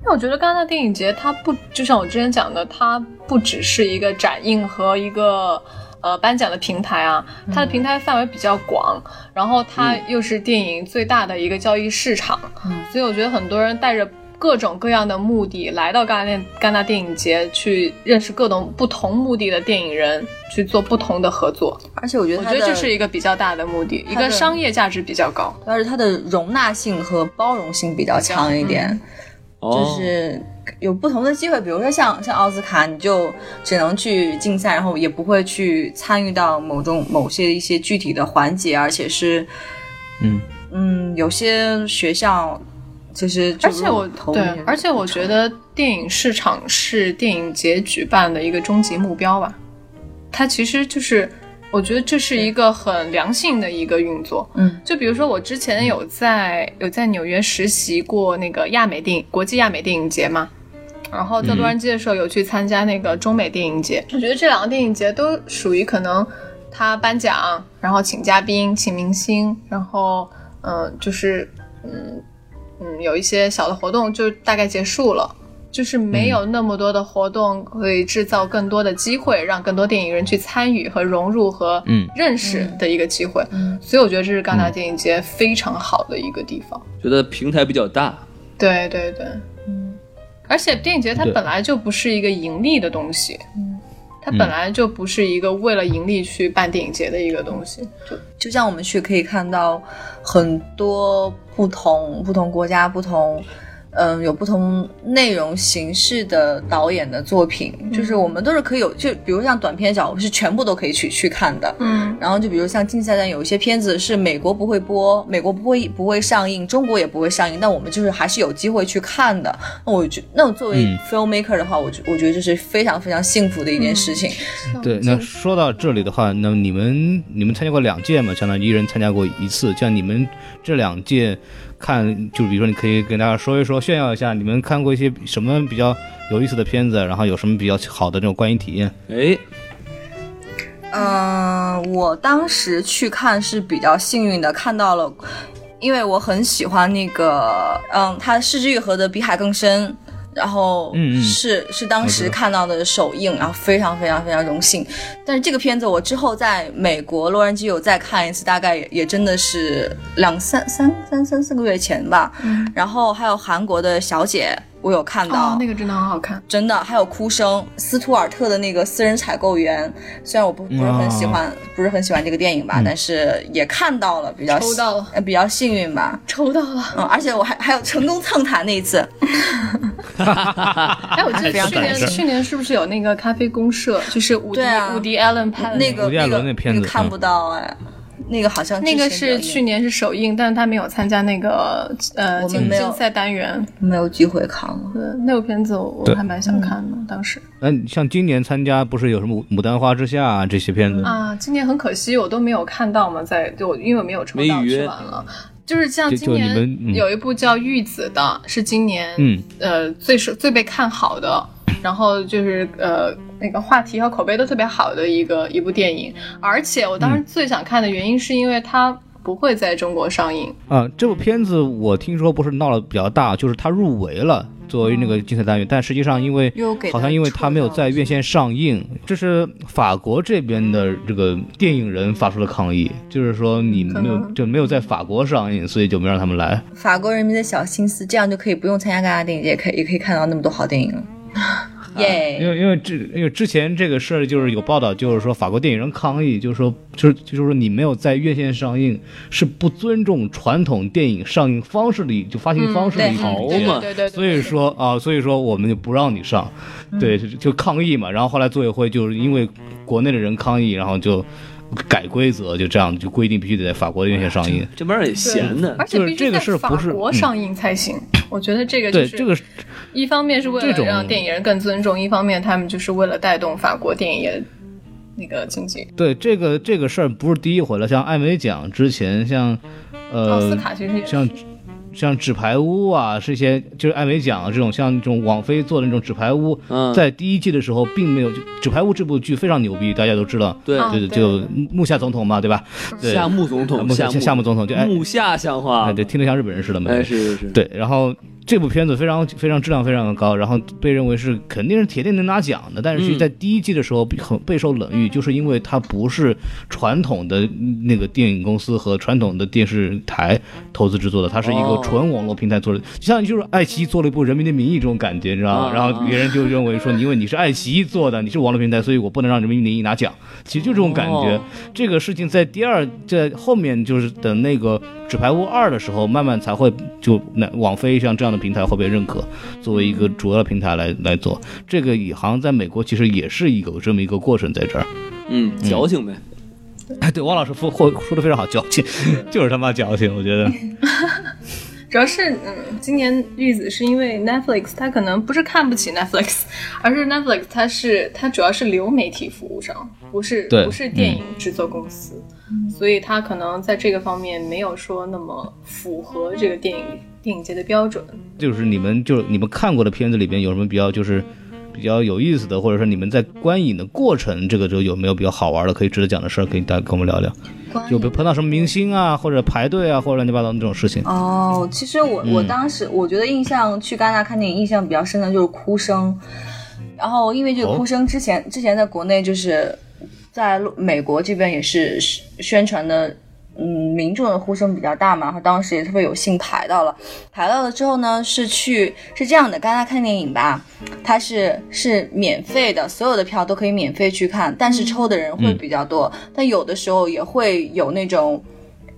因为我觉得戛纳电影节它不，就像我之前讲的，它不只是一个展映和一个。呃，颁奖的平台啊，
嗯
它的平台范围比较广，然后它又是电影最大的一个交易市场，
嗯
所以我觉得很多人带着各种各样的目的来到戛纳戛纳电影节，去认识各种不同目的的电影人，去做不同的合作。
而且我觉得
我
它
觉得
的，
这是一个比较大的目的，一
它的
个商业价值比较高。
主要是它的容纳性和包容性比较强一
嗯
点，就
哦，
是有不同的机会。比如说像像奥斯卡，你就只能去竞赛，然后也不会去参与到某种某些一些具体的环节，而且是
嗯
嗯，有些学校其实就
而
是
且我
投
对
那些，
而且我觉得电影市场是电影节举办的一个终极目标吧。它其实就是，我觉得这是一个很良性的一个运作。
嗯，
就比如说我之前有在有在纽约实习过那个亚美电影国际亚美电影节嘛，然后在洛杉矶的时候有去参加那个中美电影节。我觉得这两个电影节都属于可能他颁奖，然后请嘉宾、请明星，然后嗯、呃就是嗯嗯有一些小的活动就大概结束了。就是没有那么多的活动，会制造更多的机会，让更多电影人去参与和融入和
嗯
认识的一个机会。
嗯
所以我觉得这是戛纳电影节非常好的一个地方。
觉得平台比较大，
对对对，嗯，而且电影节它
对
本来就不是一个盈利的东西，嗯，它本来就不是一个为了盈利去办电影节的一个东西。
就像我们去可以看到很多不同不同国家不同。嗯、有不同内容形式的导演的作品，就是我们都是可以有，就比如像短片角，我们是全部都可以去去看的。
嗯
然后就比如像竞赛站，有一些片子是美国不会播，美国不会不会上映，中国也不会上映，但我们就是还是有机会去看的。那我觉，那我作为
嗯
filmmaker 的话，我觉我觉得这是非常非常幸福的一件事情。
嗯
对，那说到这里的话，那你们你们参加过两届嘛，相当于一人参加过一次。像你们这两届看，就比如说你可以跟大家说一说，炫耀一下你们看过一些什么比较有意思的片子，然后有什么比较好的这种观影体验。
哎，
嗯、我当时去看是比较幸运的，看到了，因为我很喜欢那个，嗯，他《失之愈合》的《比海更深》。然后
嗯嗯
是是当
我
时
知道
看到的首映，然后非常非常非常荣幸。但是这个片子我之后在美国洛杉矶有再看一次，大概也也真的是两三三三三四个月前吧。
嗯，
然后还有韩国的小姐，我有看到、
哦，那个真的很好看。
真的，还有哭声，斯图尔特的那个私人采购员，虽然我不不是很喜
嗯
欢，不是很喜欢这个电影吧，但是也看到了，比较
抽到了
呃比较幸运吧，
抽到了！
嗯，而且我还还有成功蹭谈那一次，
哎，我记得去
是
年去年是不是有那个咖啡公社，就是伍迪
对啊
伍迪艾伦拍的
那个
伍迪艾
那个
伦那片子
个看
嗯
不到哎，那个好像
那个
之前有
是
一
去年是首映，但是他没有参加那个呃
我们
竞
没有
竞赛单元。
没有机会看了，
对，那部片子我
对
我还蛮想看的，当时
那你像今年参加不是有什么《牡丹花之下、啊》这些片子？
啊，今年很可惜我都没有看到嘛，在就我因为我没有抽到
没约
去玩了。就是像
嗯就
今
就你
年
们嗯
有一部叫《玉子》的，是今年
嗯
呃最受最被看好的，然后就是呃那个话题和口碑都特别好的一个一部电影，而且我当时最想看的原因是因为它不会在中国上映，
啊，这部片子我听说不是闹得比较大，就是它入围了作为那个竞赛单元，但实际上因为
又给它
好像因为它没有在院线上映，这是法国这边的这个电影人发出的抗议，就是说你没有
可能
就没有在法国上映，所以就没让他们来。
法国人民的小心思，这样就可以不用参加戛纳电影节，也可以也可以看到那么多好电影了，耶、
啊因为因为这因为之前这个事儿就是有报道，就是说法国电影人抗议，就是说就是就是说你没有在院线上映，是不尊重传统电影上映方式的一就发行方式的一种
嗯
决
对
定
嘛
对对对，嗯
所以说啊，所以说我们就不让你上，对，就就抗议嘛。然后后来组委会就是因为国内的人抗议，然后就改规则，就这样就规定必须得在法国院线上映。
这帮人也闲的
而，且
就是
必须
这个
在
事儿不是
法国
嗯
上映才行。我觉得这个就
对，
是
这个是
一方面是为
这种
了让电影人更尊重，一方面他们就是为了带动法国电影业那个经济。
对这个这个事儿不是第一回了，像艾美奖之前，像
奥斯
呃，
卡其实也是
像像纸牌屋啊，这些就是艾美奖啊这种像这种网飞做的那种纸牌屋，
嗯
在第一季的时候并没有，就纸牌屋这部剧非常牛逼，大家都知道，
对
啊
就
对
就木下总统嘛，对吧？对，
夏目总
啊
统，
木
夏
夏夏目总统就哎
木下像话
哎，，对，听着像日本人似的嘛。
哎，是是是，
对，然后这部片子非常非常质量非常的高，然后被认为是肯定是铁定能拿奖的，但是
嗯
在第一季的时候很备受冷遇，就是因为它不是传统的那个电影公司和传统的电视台投资制作的，它是一个
哦
纯网络平台做的，就像就是爱奇艺做了一部《人民的名义》这种感觉，你知道吗？
啊
然后别人就认为说你因为你是爱奇艺做的，你是网络平台，所以我不能让《人民的名义》拿奖，其实就这种感觉。
哦
这个事情在第二在后面就是等那个《纸牌屋二》的时候，慢慢才会就那网飞像这样的平台会被认可，作为一个主要的平台来来做。这个也好像在美国其实也是有这么一个过程在这儿。
嗯，矫情呗，
哎， [LAUGHS] 对，汪老师说说说的非常好，矫情， [LAUGHS] 就是他妈矫情，我觉得。
主要是嗯，今年玉子是因为 Netflix，它可能不是看不起 Netflix，而 [LAUGHS] 是 Netflix 它是它主要是流媒体服务商，不是
对嗯
不是电影制作公司，所以它可能在这个方面没有说那么符合这个电影电影节的标准。
就是你们就是你们看过的片子里边有什么比较就是比较有意思的，或者说你们在观影的过程这个就有没有比较好玩的可以值得讲的事儿，可以大家跟我们聊聊。就比如碰到什么明星啊，或者排队啊，或者乱七八糟的这种事情。
哦，其实我我当时我觉得印象去戛纳看电影印象比较深的就是哭声，然后因为这个
哦
哭声之前、之前在国内就是在美国这边也是宣宣传的。嗯，民众的呼声比较大嘛，然后当时也特别有幸排到了，排到了之后呢，是去是这样的，戛纳看电影吧，它是是免费的，所有的票都可以免费去看，但是抽的人会比较多，但有的时候也会有那种，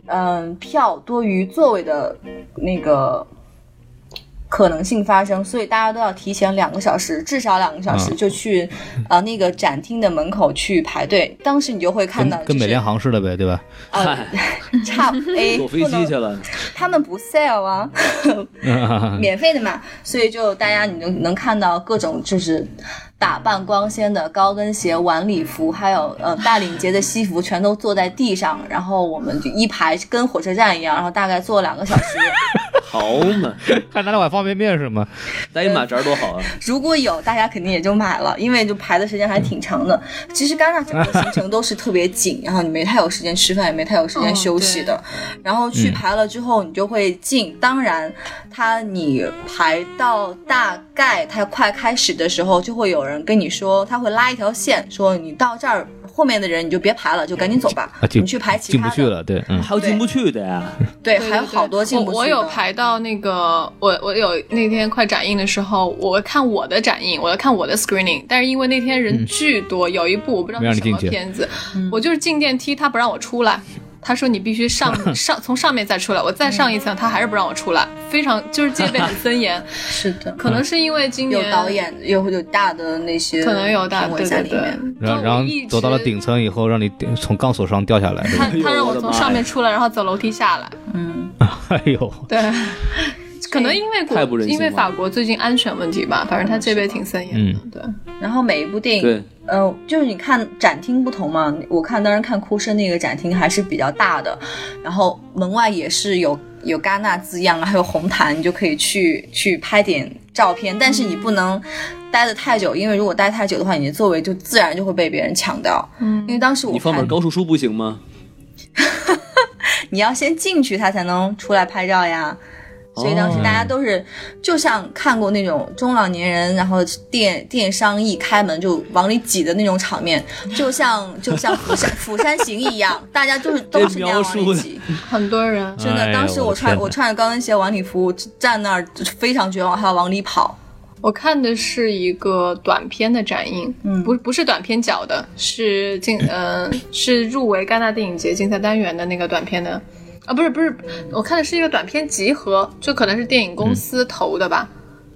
嗯、票多于座位的那个可能性发生，所以大家都要提前两个小时，至少两个小时
啊
就去，呃，那个展厅的门口去排队。当时你就
嗯
会看
跟
到、就是，
跟美联航似的呗，对吧？
呃，差不哎，
[LAUGHS] 坐飞
不能
机去了，
他们不 sale 啊，
[LAUGHS]
[LAUGHS] 免费的嘛，所以就大家你能能看到各种就是打扮光鲜的高跟鞋、晚礼服，还有呃大领结的西服，全都坐在地上，然后我们就一排跟火车站一样，然后大概坐两个小时。
好嘛，
还拿了碗方便面是吗？
带一马扎多好啊！
如果有，大家肯定也就买了，因为就排的时间还挺长的。其实戛
[LAUGHS]
纳整个行程都是特别紧，然后你没太有时间吃饭，也没太有时间休息的。然后去排了之后，你就会进。当然，它你排到大概它快开始的时候，就会有人跟你说，他会拉一条线，说你到这儿后面的人你就别排了，就赶紧走吧，
啊，进
你去排其
进
他
不
的。
去了，对，嗯，
还有进不去的呀，
对，
对
还有好多进不去的
我。我有排到那个，我我有那天快展映的时候，我看我的展映，我要看我的 screening，但是因为那天人巨多，有一部我不知道
没让
是
你
什么
进去
片子，
嗯
我就是进电梯，他不让我出来。他说你必须上
[LAUGHS]
上从上面再出来，我再上一层，他还是不让我出来，非常就是戒备很森
[LAUGHS]
严。
是的，
可能是因为今
有
年
导，演，有有大的那些
可能有大
评委
对
在
对
里
对
面。，
然后
但
然
我
后
一直
走到了顶层以后，让你顶从钢索上掉下来，是
[LAUGHS]
吧？ [LAUGHS]
他他让
哎呦我
我
的
从
妈呀
上面出来，然后走楼梯下来。
嗯，
哎呦，
对， [LAUGHS] 可能因为国
太不人性
因
化
为法国最近安全问题吧，反正他戒备挺森严的。对，
然后每一部电影
对，
呃，就是你看展厅不同嘛，我看当然看哭声那个展厅还是比较大的，然后门外也是有有戛纳字样，还有红毯，你就可以去去拍点照片，但是你不能待得太久，因为如果待太久的话，你的座位就自然就会被别人抢到。
嗯
因为当时我
你放本
看
高数书不行吗？
你要先进去，他才能出来拍照呀。所以当时大家都是，就像看过那种中老年人，然后电电商一开门就往里挤的那种场面，就像就像釜山 [LAUGHS] 釜山行一样，大家就是都是那样往
这描述
里
的
挤。
很多人
真的，
哎
当时
呦
我
我
穿
天
我穿着高跟鞋晚礼服站那儿，非常绝望，还要往里跑。
我看的是一个短片的展映，
嗯
不不是短片角的，是竞呃是入围戛纳电影节竞赛单元的那个短片的，啊不是不是，我看的是一个短片集合，就可能是电影公司投的吧，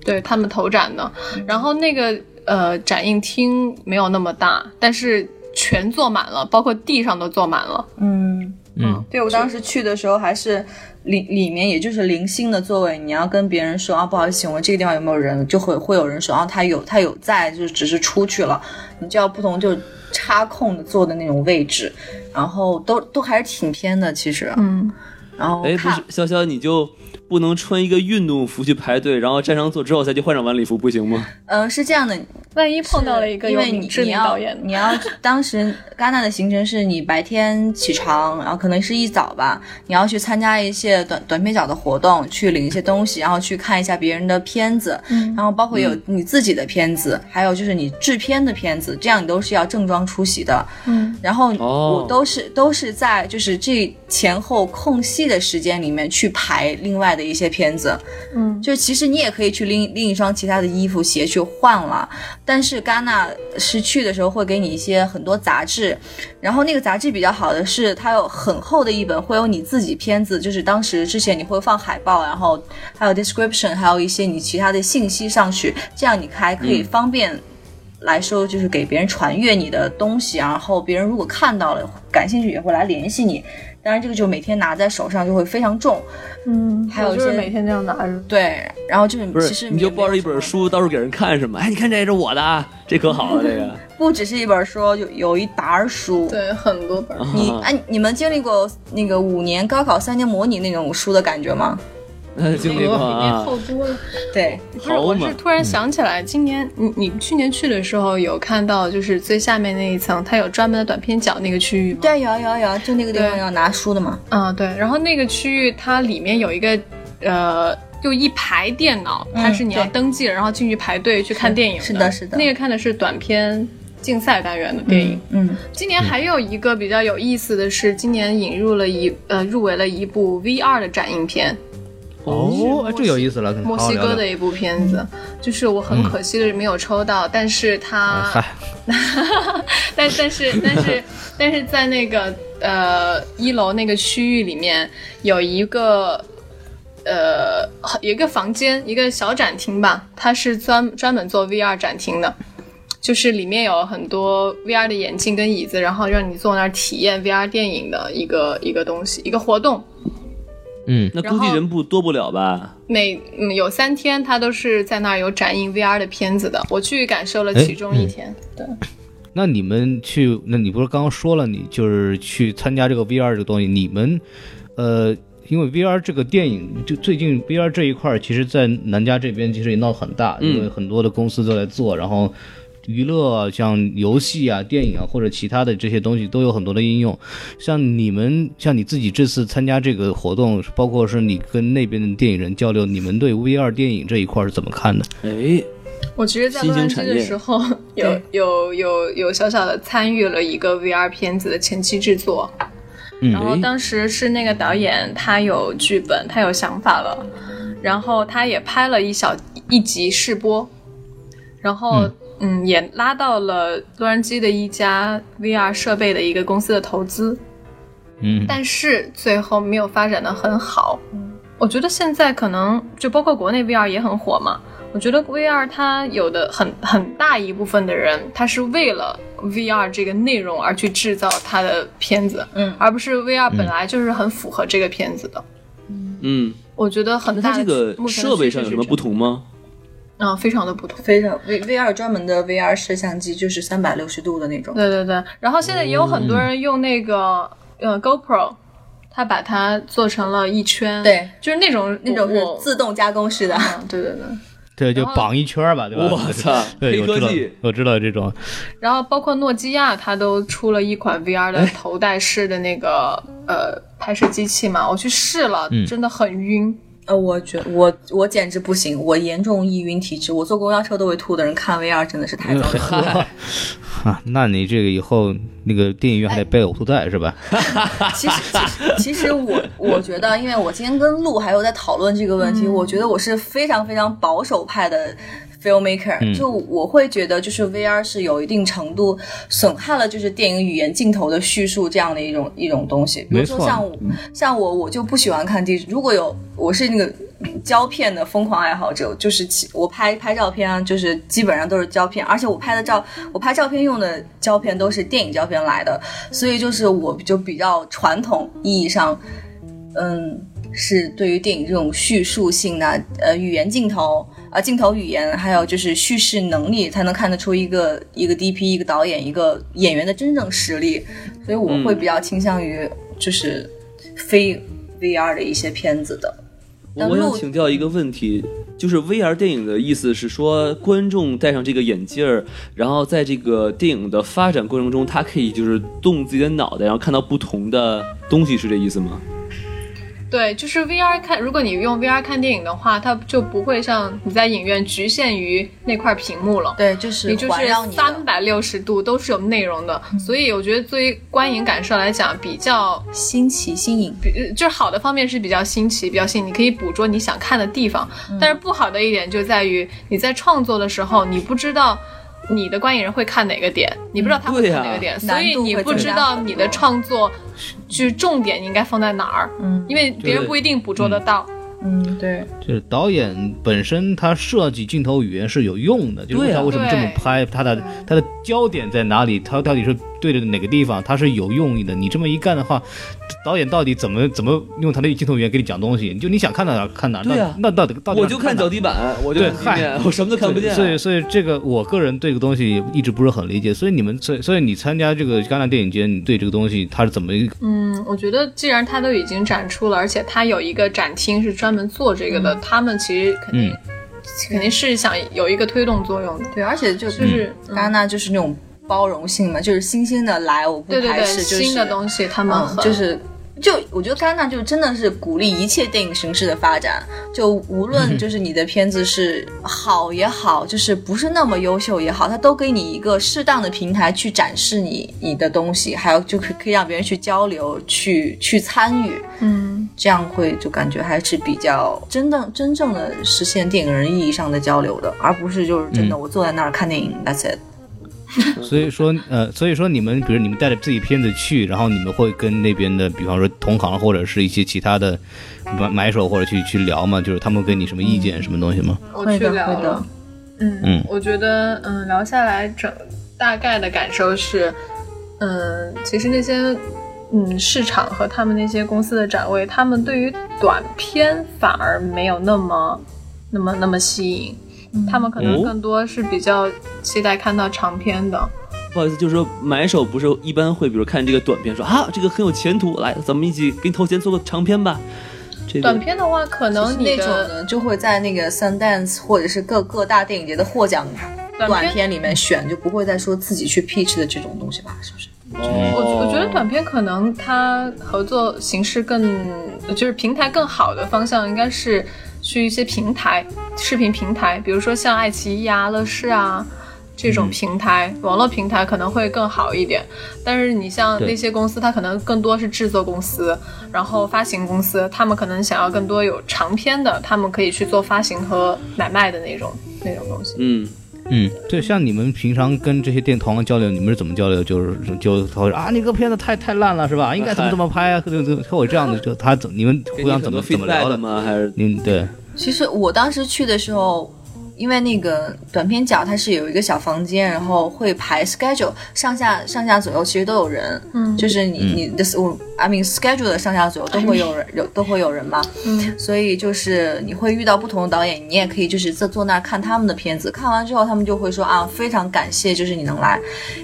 对他们投展的，然后那个呃展映厅没有那么大，但是全坐满了，包括地上都坐满了，
嗯，
嗯，
对我当时去的时候还是里里面也就是零星的座位，你要跟别人说啊，不好意思，请问这个地方有没有人，就会会有人说啊，他有他有在，就只是出去了。你就要不同就插空的坐的那种位置，然后都都还是挺偏的其实。
嗯，
然后
哎，不
看
是，潇潇你就不能穿一个运动服去排队，然后站上座之后再去换上晚礼服不行吗？
嗯、是这样的，
万一碰到了一个
因
有
为
名
你
知
你
名
要
导演的
[LAUGHS] 你要当时戛纳的行程是你白天起床，然后可能是一早吧，你要去参加一些短短片角的活动，去领一些东西，然后去看一下别人的片子，
嗯
然后包括有你自己的片子，还有就是你制片的片子，这样你都是要正装出席的。
嗯，
然后
哦
我都是、都是在就是这前后空隙的时间里面去排另外的一些片子，
嗯
就其实你也可以去拎拎一双其他的衣服鞋去换了，但是戛纳是去的时候会给你一些很多杂志，然后那个杂志比较好的是它有很厚的一本，会有你自己片子，就是当时之前你会放海报，然后还有 description，还有一些你其他的信息上去，这样你还可
嗯
以方便来说，就是给别人传阅你的东西，然后别人如果看到了感兴趣也会来联系你。当然，这个就每天拿在手上就会非常重，
嗯，
还有
我就是
一些
每天这样拿着。
对，然后就是
不
其实
是，你就
也没
抱着
有
一
什么
本书到处给人看是吗？哎，你看这是我的啊，这可好了，这个。
[LAUGHS]
不只是一本书，有有一沓儿书。
对，很多本儿。
你
啊
哎、你们经历过那个五年高考三年模拟那种书的感觉吗？
呃经历过啊，
多了。
对，
不是，
好
我
嘛
是，突然想起来，今年你你去年去的时候有看到，就是最下面那一层，它有专门的短片角那个区域吗？
对，有有有，就那个地方
对
要拿书的嘛。
嗯，对。然后那个区域它里面有一个呃，就一排电脑，它是你要
嗯对
登记了，然后进去排队去看电影
是的是的
那个看的是短片竞赛单元的电影。
嗯，
今年还有一个比较有意思的是，今年引入了一呃入围了一部 VR 的展映片，
哦，哎这有意思了，
墨
好好
西
聊嗯
哥
聊
的一部片子，就是我很可惜的是没有抽到，但是它，
嗨，
但但是但是但是在那个呃一楼那个区域里面有一个呃一个房间，一个小展厅吧，它是专专门做 VR 展厅的，就是里面有很多 VR 的眼镜跟椅子，然后让你坐那儿体验 VR 电影的一个一个东西，一个活动。
嗯，
那估计
然后
人不多不了吧？
每嗯有三天，它都是在那儿有展映 VR 的片子的。我去感受了
哎
其中一天，对。
那你们去，那你不是刚刚说了你，就是去参加这个 VR 这个东西，你们，呃，因为 VR 这个电影，就最近 VR 这一块儿，其实，在南加这边其实也闹很大，
嗯
因为很多的公司都在做，然后。娱乐啊像游戏啊、电影啊，或者其他的这些东西都有很多的应用。像你们，像你自己这次参加这个活动，包括是你跟那边的电影人交流，你们对 VR 电影这一块儿是怎么看的？
哎，
我其实，在洛杉矶的时候，
新兴产
有
业
有有有小小的参与了一个 VR 片子的前期制作，
嗯
哎
然后当时是那个导演他有剧本，他有想法了，然后他也拍了一小一集试播，然后
嗯
嗯也拉到了洛杉矶的一家 VR 设备的一个公司的投资，
嗯，
但是最后没有发展的很好。
嗯
我觉得现在可能就包括国内 VR 也很火嘛。我觉得 VR 它有的很很大一部分的人，他是为了 VR 这个内容而去制造他的片子，
嗯
而不是 VR 本来就是很符合这个片子的。
嗯，
我觉得很
那
大
它
的
这个
目前的
设备
趋势
上
是
有什么
这
不
样？
同吗？
啊、非常的不同。
非常 V V R 专门的 V R 摄像机，就是三百六十度的那种。
对对对，然后现在也有很多
嗯
人用那个、呃 GoPro，他把它做成了一圈，
对，
就是那种
那种
我
是自动加工式的。
嗯，对对对。
对，就
然后
绑一圈儿吧，对吧？
我操，
[LAUGHS] 对，
黑
我知
科
道
技，，
我知道
[LAUGHS]
这种，
然后包括诺基亚，它都出了一款 VR 的头戴式的那个呃拍摄机器嘛，我去试了，
嗯
真的很晕。
呃，我觉我我简直不行，我严重易晕体质，我坐公交车都会吐的人，看 VR 真的是太糟糕了。
哎
[LAUGHS] 啊，那你这个以后那个电影院还得备呕吐袋是吧？
哎
[LAUGHS] 其实其实其实我我觉得，因为我今天跟陆还有在讨论这个问题，我觉得我是非常非常保守派的。filmmaker，、
嗯
就我会觉得，就是 VR 是有一定程度损害了，就是电影语言镜头的叙述这样的一种一种东西。比如说
没错嗯
像我像我，我就不喜欢看地址。如果有我是那个胶片的疯狂爱好者，就是其我拍拍照片啊，就是基本上都是胶片，而且我拍的照，我拍照片用的胶片都是电影胶片来的，所以就是我就比较传统意义上，嗯，是对于电影这种叙述性的呃语言镜头啊、镜头语言，还有就是叙事能力，才能看得出一个一个 DP、一个导演、一个演员的真正实力，所以我会比较倾向于就是非 VR 的一些片子的。
我
但
我想
陆
请教一个问题，就是 VR 电影的意思是说，观众戴上这个眼镜儿，然后在这个电影的发展过程中，他可以就是动自己的脑袋，然后看到不同的东西，是这意思吗？
对，就是 VR 看，如果你用 VR 看电影的话，它就不会像你在影院局限于那块屏幕了。
对，就是
你就
环
是
绕你的嗯
三百六十度都是有内容的，所以我觉得对于观影感受来讲，比较
新奇新颖。
比呃就是好的方面是比较新奇、比较新，你可以捕捉你想看的地方。
嗯
但是不好的一点就在于你在创作的时候，你不知道你的观影人会看哪个点，你不知道他会
对
看
呀
哪个点，所
难
以
度
你
会
不
增
知
加
道
很
你的
多
创作去重点应该放在哪儿，
嗯
因为别人
对
不一定捕捉得到。
嗯，对，
就是导演本身他设计镜头语言是有用的，就是
对啊嗯
他为什么这么拍，他的他的焦点在哪里，他到底是对着哪个地方，他是有用意的。你这么一干的话，导演到底怎么怎么用他的镜头语言给你讲东西？就你想看到哪儿看哪儿，
对啊
那那到底到底
我就
看
看
哪儿
脚底板，我就
对
看地面，我什么都看不见。啊
所以，所以这个我个人对这个东西一直不是很理解。所以你们，所以所以你参加这个戛纳电影节，你对这个东西它是怎么一个？
嗯，我觉得既然它都已经展出了，而且它有一个展厅是专门做这个的，
嗯
他们其实肯定、肯定是想有一个推动作用的。
对，而且就就是
嗯
戛纳就是那种包容性嘛，就是新兴的来，我不
对对
排
对，
斥，就是
新的东西他们
嗯
很、，
就是。就我觉得戛纳就真的是鼓励一切电影形式的发展，就无论就是你的片子是好也好，就是不是那么优秀也好，它都给你一个适当的平台去展示你你的东西，还有就可可以让别人去交流、去去参与，
嗯。
这样会就感觉还是比较真正真正的实现电影人意义上的交流的，而不是就是真的我坐在那儿看电影、t h a t s it。
所以说，呃，所以说你们，比如你们带着自己片子去，然后你们会跟那边的，比方说同行或者是一些其他的买买手或者去去聊嘛，就是他们给你什么意见、什么东西
嗯
吗？
我
会
哦去
的
聊
会的
了。嗯
嗯
我觉得嗯，聊下来整大概的感受是，嗯，其实那些嗯市场和他们那些公司的展位，他们对于短片反而没有那么那么那么吸引，
嗯
他们可能
哦
更多是比较期待看到长片的。
不好意思，就是说买手不是一般会，比如看这个短片说啊，这个很有前途，来，咱们一起给你投钱做个长片吧。这
短
个
片的话，可能
那
你
种
的
呢，就会在那个 Sundance 或者是各各大电影节的获奖短
片
片里面选，就不会再说自己去 pitch 的这种东西吧？是不是？
哦
我我觉得短
片
片可能它合作形式更，就是平台更好的方向应该是去一些平台，视频平台，比如说像爱奇艺啊、乐视啊这种平台，网络平台可能会更好一点。但是你像
对
那些公司，它可能更多是制作公司，然后发行公司，他们可能想要更多有长篇的，他们可以去做发行和买卖的那种那种东西。
嗯，
嗯，对，像你们平常跟这些电同行交流，你们是怎么交流？就是就他会说啊，那个片子太太烂了，是吧？应该怎么怎么拍啊？就就他会这样的，就他怎你们
给
互
你
相
很
怎么
多 [LAUGHS]
怎么聊
feedback
的？
吗？还是
嗯，对，
其实我当时去的时候，因为那个短片角它是有一个小房间，然后会排 schedule 上下上下左右其实都有人，
嗯
就是你、你的我 I mean schedule 的上下左右都会有人有都会有人嘛，
嗯，
所以就是你会遇到不同的导演，你也可以就是在坐那儿看他们的片子，看完之后他们就会说啊，非常感谢，就是你能来，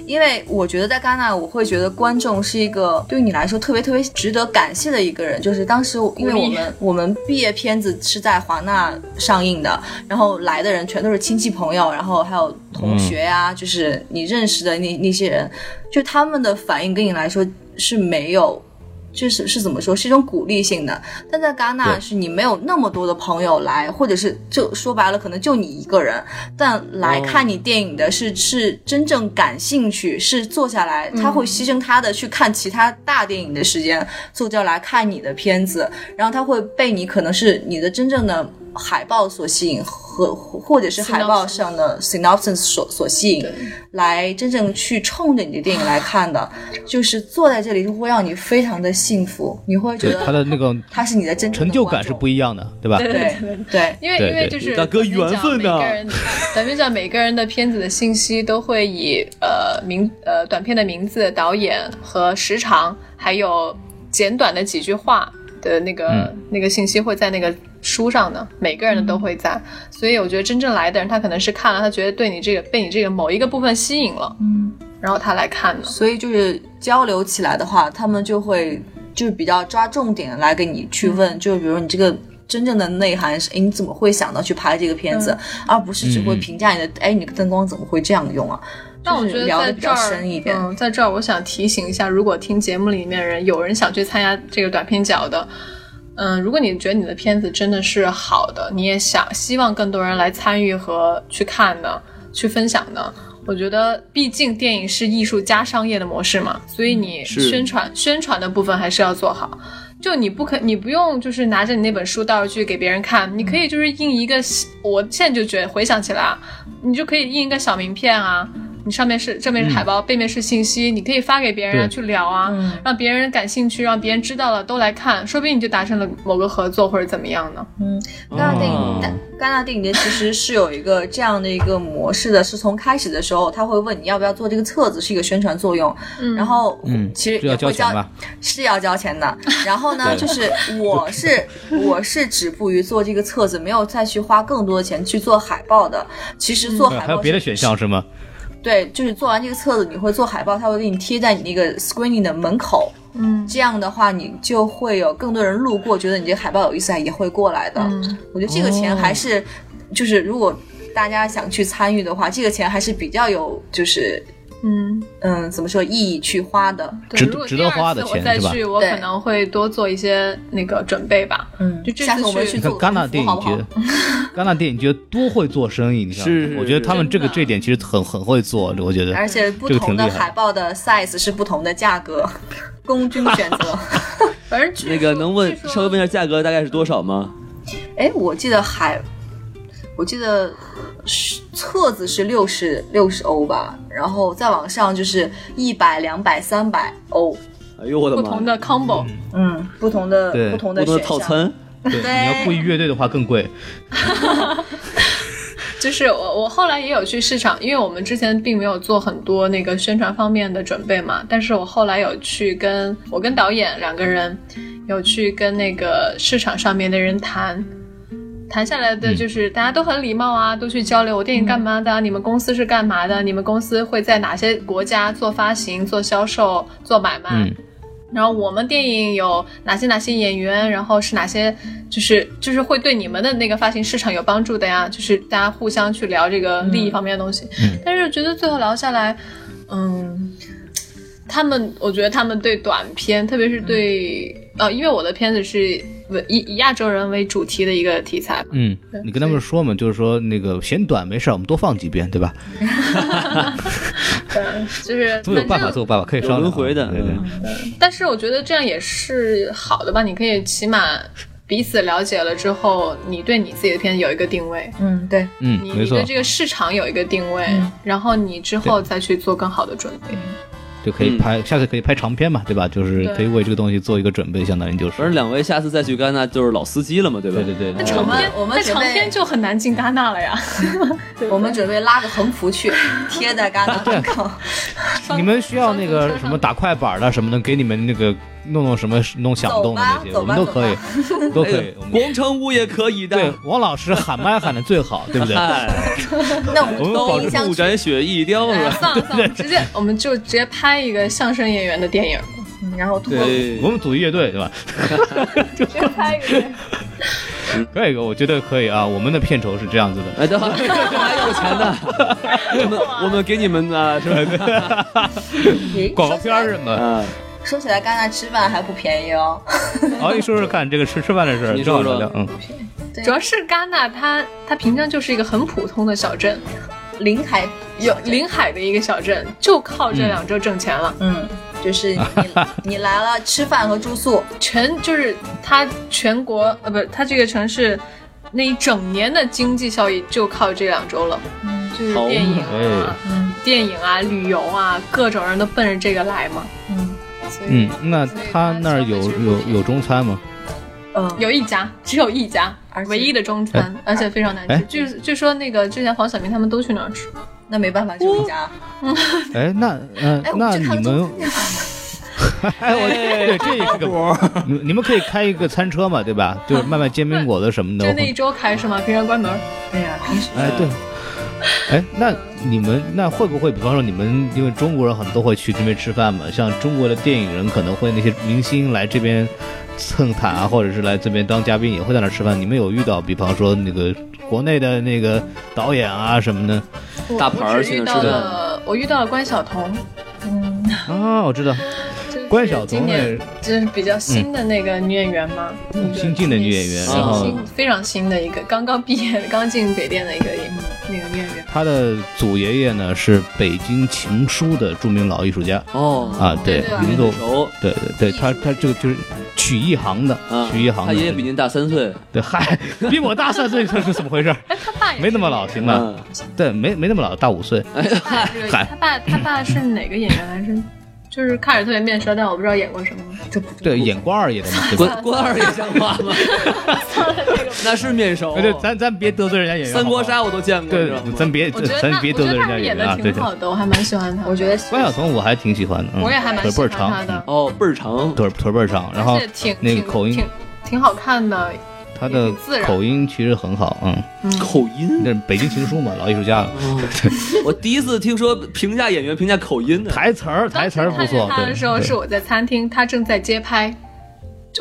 因为我觉得在戛纳，我会觉得观众是一个对于你来说特别特别值得感谢的一个人，就是当时我因为
鼓励
我们我们毕业片子是在华纳上映的，然后来的人全都是亲戚朋友，然后还有同学
嗯
呀、就是你认识的那那些人，就他们的反应跟你来说是没有。就是是怎么说，是一种鼓励性的。但在戛纳
对
是你没有那么多的朋友来，或者是就说白了，可能就你一个人，但来
哦
看你电影的是、是真正感兴趣，是坐下来，他会牺牲他的去看其他大电影的时间，坐下来看你的片子，然后他会被你可能是你的真正的海报所吸引，和或或者是海报
Synopsis
上的 synopsis 所所吸引，来真正去冲着你的电影来看的，就是坐在这里就会让你非常的幸福，你会觉
对
得
他的那个
他是你的真正的
成就感是
观众
不一样的，对吧？
对对。
因为
对
因为
对
就是
大哥
咱们讲
缘分
每
呐
个人， [LAUGHS] 咱们讲每个人的片子的信息都会以呃名呃短片的名字、导演和时长，还有简短的几句话的那个、
嗯
那个信息会在那个书上的，每个人的
嗯
都会在。所以我觉得真正来的人，他可能是看了，他觉得对你这个被你这个某一个部分吸引了，
嗯，
然后他来看的。
所以就是交流起来的话，他们就会就比较抓重点来给你去问，
嗯
就比如你这个。真正的内涵是，哎，你怎么会想到去拍这个片子，而不是只会
嗯嗯
评价你的，哎，你的灯光怎么会这样用啊？
但我觉
就是
得
聊
在
得比
这
较
儿，
深一点。
嗯，在这儿我想提醒一下，如果听节目里面人有人想去参加这个短片角的，嗯，如果你觉得你的片子真的是好的，你也想希望更多人来参与和去看的，去分享的。我觉得，毕竟电影是艺术加商业的模式嘛，所以你
是
宣传宣传的部分还是要做好。就你不可，你不用就是拿着你那本书到处去给别人看，你可以就是印一个，我现在就觉得回想起来啊，你就可以印一个小名片啊，你上面是正面是海报，背面是信息，你可以发给别人啊
对
去聊啊，
嗯
让别人感兴趣，让别人知道了都来看，说不定你就达成了某个合作或者怎么样呢？
戛纳电影
哦
但戛纳电影节其实是有一个这样的一个模式的，是从开始的时候他会问你要不要做这个册子，是一个宣传作用。
嗯
然后，
嗯
其实
这
也
要
会
交
交
钱吧？
是要交
[LAUGHS]
钱的。然后呢，
对
就是我是我是止步于做这个册子，没有再去花更多的钱去做海报的。其实做海报
嗯还有别的
是
选项是吗？
对，就是做完这个册子，你会做海报，它会给你贴在你那个 screening 的门口。
嗯
这样的话，你就会有更多人路过，觉得你这个海报有意思，啊也会过来的。
嗯，
我觉得这个钱还是，就是如果大家想去参与的话，这个钱还是比较有，就是
嗯，
嗯，怎么说意义去花的。
对
值
如果
值
第
得
二
花
次
的
我
钱
再
是吧
去，我
对
可能会多做一些那个准备吧。
嗯
就这
下次
次
我们
去
去
你看
做
戛纳
个
电
服
影
好不
节
好？，
戛纳电影节多会做生意，你知道吗？
是是
我觉得他们这个
真的
这一点其实很很会做，我觉得。
而且不
这个
同
挺
的
厉害
海报的 size 是不同的价格， [LAUGHS] 供君选择。
反正据
那个
说
能问
据说
稍微问一下价格大概是多少吗？
哎，我记得海，我记得是册子是六十六十欧吧，然后再往上就是一百、两百、三百欧，
哎呦我的
不
妈！
同的 combo，
嗯，不同
对
的不同
不
的
同
选
的套
项。
餐，
对，
对
你要雇一乐队的话更贵。
就是我我后来也有去市场，因为我们之前并没有做很多那个宣传方面的准备嘛，但是我后来有去跟我跟导演两个人有去跟那个市场上面的人谈。谈下来的
嗯
就是大家都很礼貌啊，都去交流我电影干嘛的、啊你们公司是干嘛的？你们公司会在哪些国家做发行、做销售、做买卖？
嗯，
然后我们电影有哪些哪些演员，然后是哪些，就是就是会对你们的那个发行市场有帮助的呀，就是大家互相去聊这个利益方面的东西。
嗯
但是觉得最后聊下来，嗯，他们我觉得他们对短片，特别是对、呃，因为我的片子是为以以亚洲人为主题的一个题材
[LAUGHS]
嘛，
嗯
对，
你跟他们说嘛，就是说那个嫌短没事儿，我们多放几遍，对吧？
对，就是
总有办
反
法，
正
总有办法，可以商量啊。
轮回的
对对
嗯
但是我觉得这样也是好的吧，你可以起码彼此了解了之后，你对你自己的片子有一个定位，
嗯，对，
嗯，
你
没
你
错
对，这个市场有一个定位，
嗯
然后你之后再去做更好的准备。
就可以
嗯
拍，下次可以拍长片嘛，对吧？就是
对
可以为这个东西做一个准备，相当于就是。
反正两位下次再去戛纳就是老司机了嘛，对吧？
对对对，对
那长篇，
我们我们
那长
准备
篇就很难进戛纳
[LAUGHS]
了呀。
我们准备拉个横幅去 [LAUGHS] 贴在戛纳门口。
你们需要那
双
个
层
什么打快板啊的什么的，给你们那个弄弄什么弄响动的那些，我
走吧
们都可以，都
哎 [LAUGHS]
可以。我们
广场舞也可 [LAUGHS] 以
对
的。
王老师喊麦喊的最好，对不对？
嗨，
那我们
我们保
东印
证
象
不
区
沾雪一 [LAUGHS] 雕
哎
是
呀
吧？
算了
[LAUGHS]
算了，直接我们就直接拍一个相声演员的电影，
嗯然后通过
对
我，们组乐队对吧？
直接拍一个。
可以，我觉得可以啊。我们的片酬是这样子的，
[LAUGHS] 哎， [LAUGHS] 等会儿还有钱的，我们我们给你们啊呢，是吧？
诶
广告片儿什么的。
啊，
说起来，戛纳吃饭还不便宜哦。
好，你说说看这个吃吃饭的事儿，
你说说
正好聊聊嗯，
[LAUGHS]
对
主要是戛纳它，它平常就是一个很普通的小镇，
临海
有临海的一个小镇，就靠这两周挣钱了。
嗯，就是你
[LAUGHS]
你来了吃饭和住宿，
全就是它全国呃不，它这个城市那一整年的经济效益就靠这两周了，
嗯
就是
好
电影
哎
啊、电影啊、旅游啊，各种人都奔着这个来嘛。
嗯
所以
嗯，那他那儿有有有中餐吗？
嗯，
有一家，只有一家
而，且
唯一的中餐，而且非常难
哎
吃。据据说那个之前黄晓明他们都去那儿吃，
那没办法，就一家。
哎，那嗯
哎，，
那
我去看
你
个
们 [LAUGHS]
中餐
哎，我对这也
哎
是个，你你们可以开一个餐车嘛，对吧？就是卖卖煎饼果子什么的。
就那一周开是吗？平常关门。
哎呀，平时
哎，对。哎，那你们那会不会，比方说你们，因为中国人很多会去这边吃饭嘛，像中国的电影人可能会那些明星来这边蹭塔啊，或者是来这边当嘉宾，也会在那儿吃饭。你们有遇到，比方说那个国内的那个导演啊什么的
我
大牌儿
我只遇到
现在吃
了，我遇到了关晓彤，
啊？我知道，
就是
关晓彤
今年
也
就是比较新的那个女演员嘛，那个
嗯新晋的女演员，
新
然后
新非常新的一个，刚刚毕业、 [LAUGHS] 刚进北电的一个演那个演员。
她的祖爷爷呢是北京情书的著名老艺术家
哦，
啊，对
对啊，
您都
熟
对对对，他他这个就是曲艺行的
啊，，
曲艺行
他
的。
爷爷比您大三岁，
对，嗨， [LAUGHS] 比我大三岁，这是怎么
[LAUGHS]
回事？
哎，他爸也是
没那么老，行吧？
嗯，
对，没没那么老，大五岁。
他 [LAUGHS] 爸也是
嗨
他爸他爸是哪个演员来 [LAUGHS] 着？就是看着特别面熟，但我不知道演过什么。
就不
对，演关二爷的嘛，
[LAUGHS]
对吧？
关关二也像话吗？那是面熟
哎，对，咱咱别得罪人家演员。
三国杀
好
我都见
不
过，
好，
你知道
对，
吗
咱 [LAUGHS] 别
我觉得
咱
那
别
我觉
得
得
罪人
他
家
们演
演员
的
啊，对
挺
对。
好的，我还蛮喜欢他的。
我觉得
关晓彤我还挺喜欢的，嗯
我也还蛮
腿
喜
倍儿
欢他
长，
的，
哦，倍儿长，
腿腿倍儿长，然后
而且挺
那个
挺
口音
挺挺好看的。
他的
自然
口音其实很好，嗯，
口音
那。是北京情书嘛，老艺术家了，
嗯
我第一次听说评价演员评价口音的，
台词儿台词儿不
当时看
错
见。他的
对
时候
对
是我在餐厅，他正在街拍，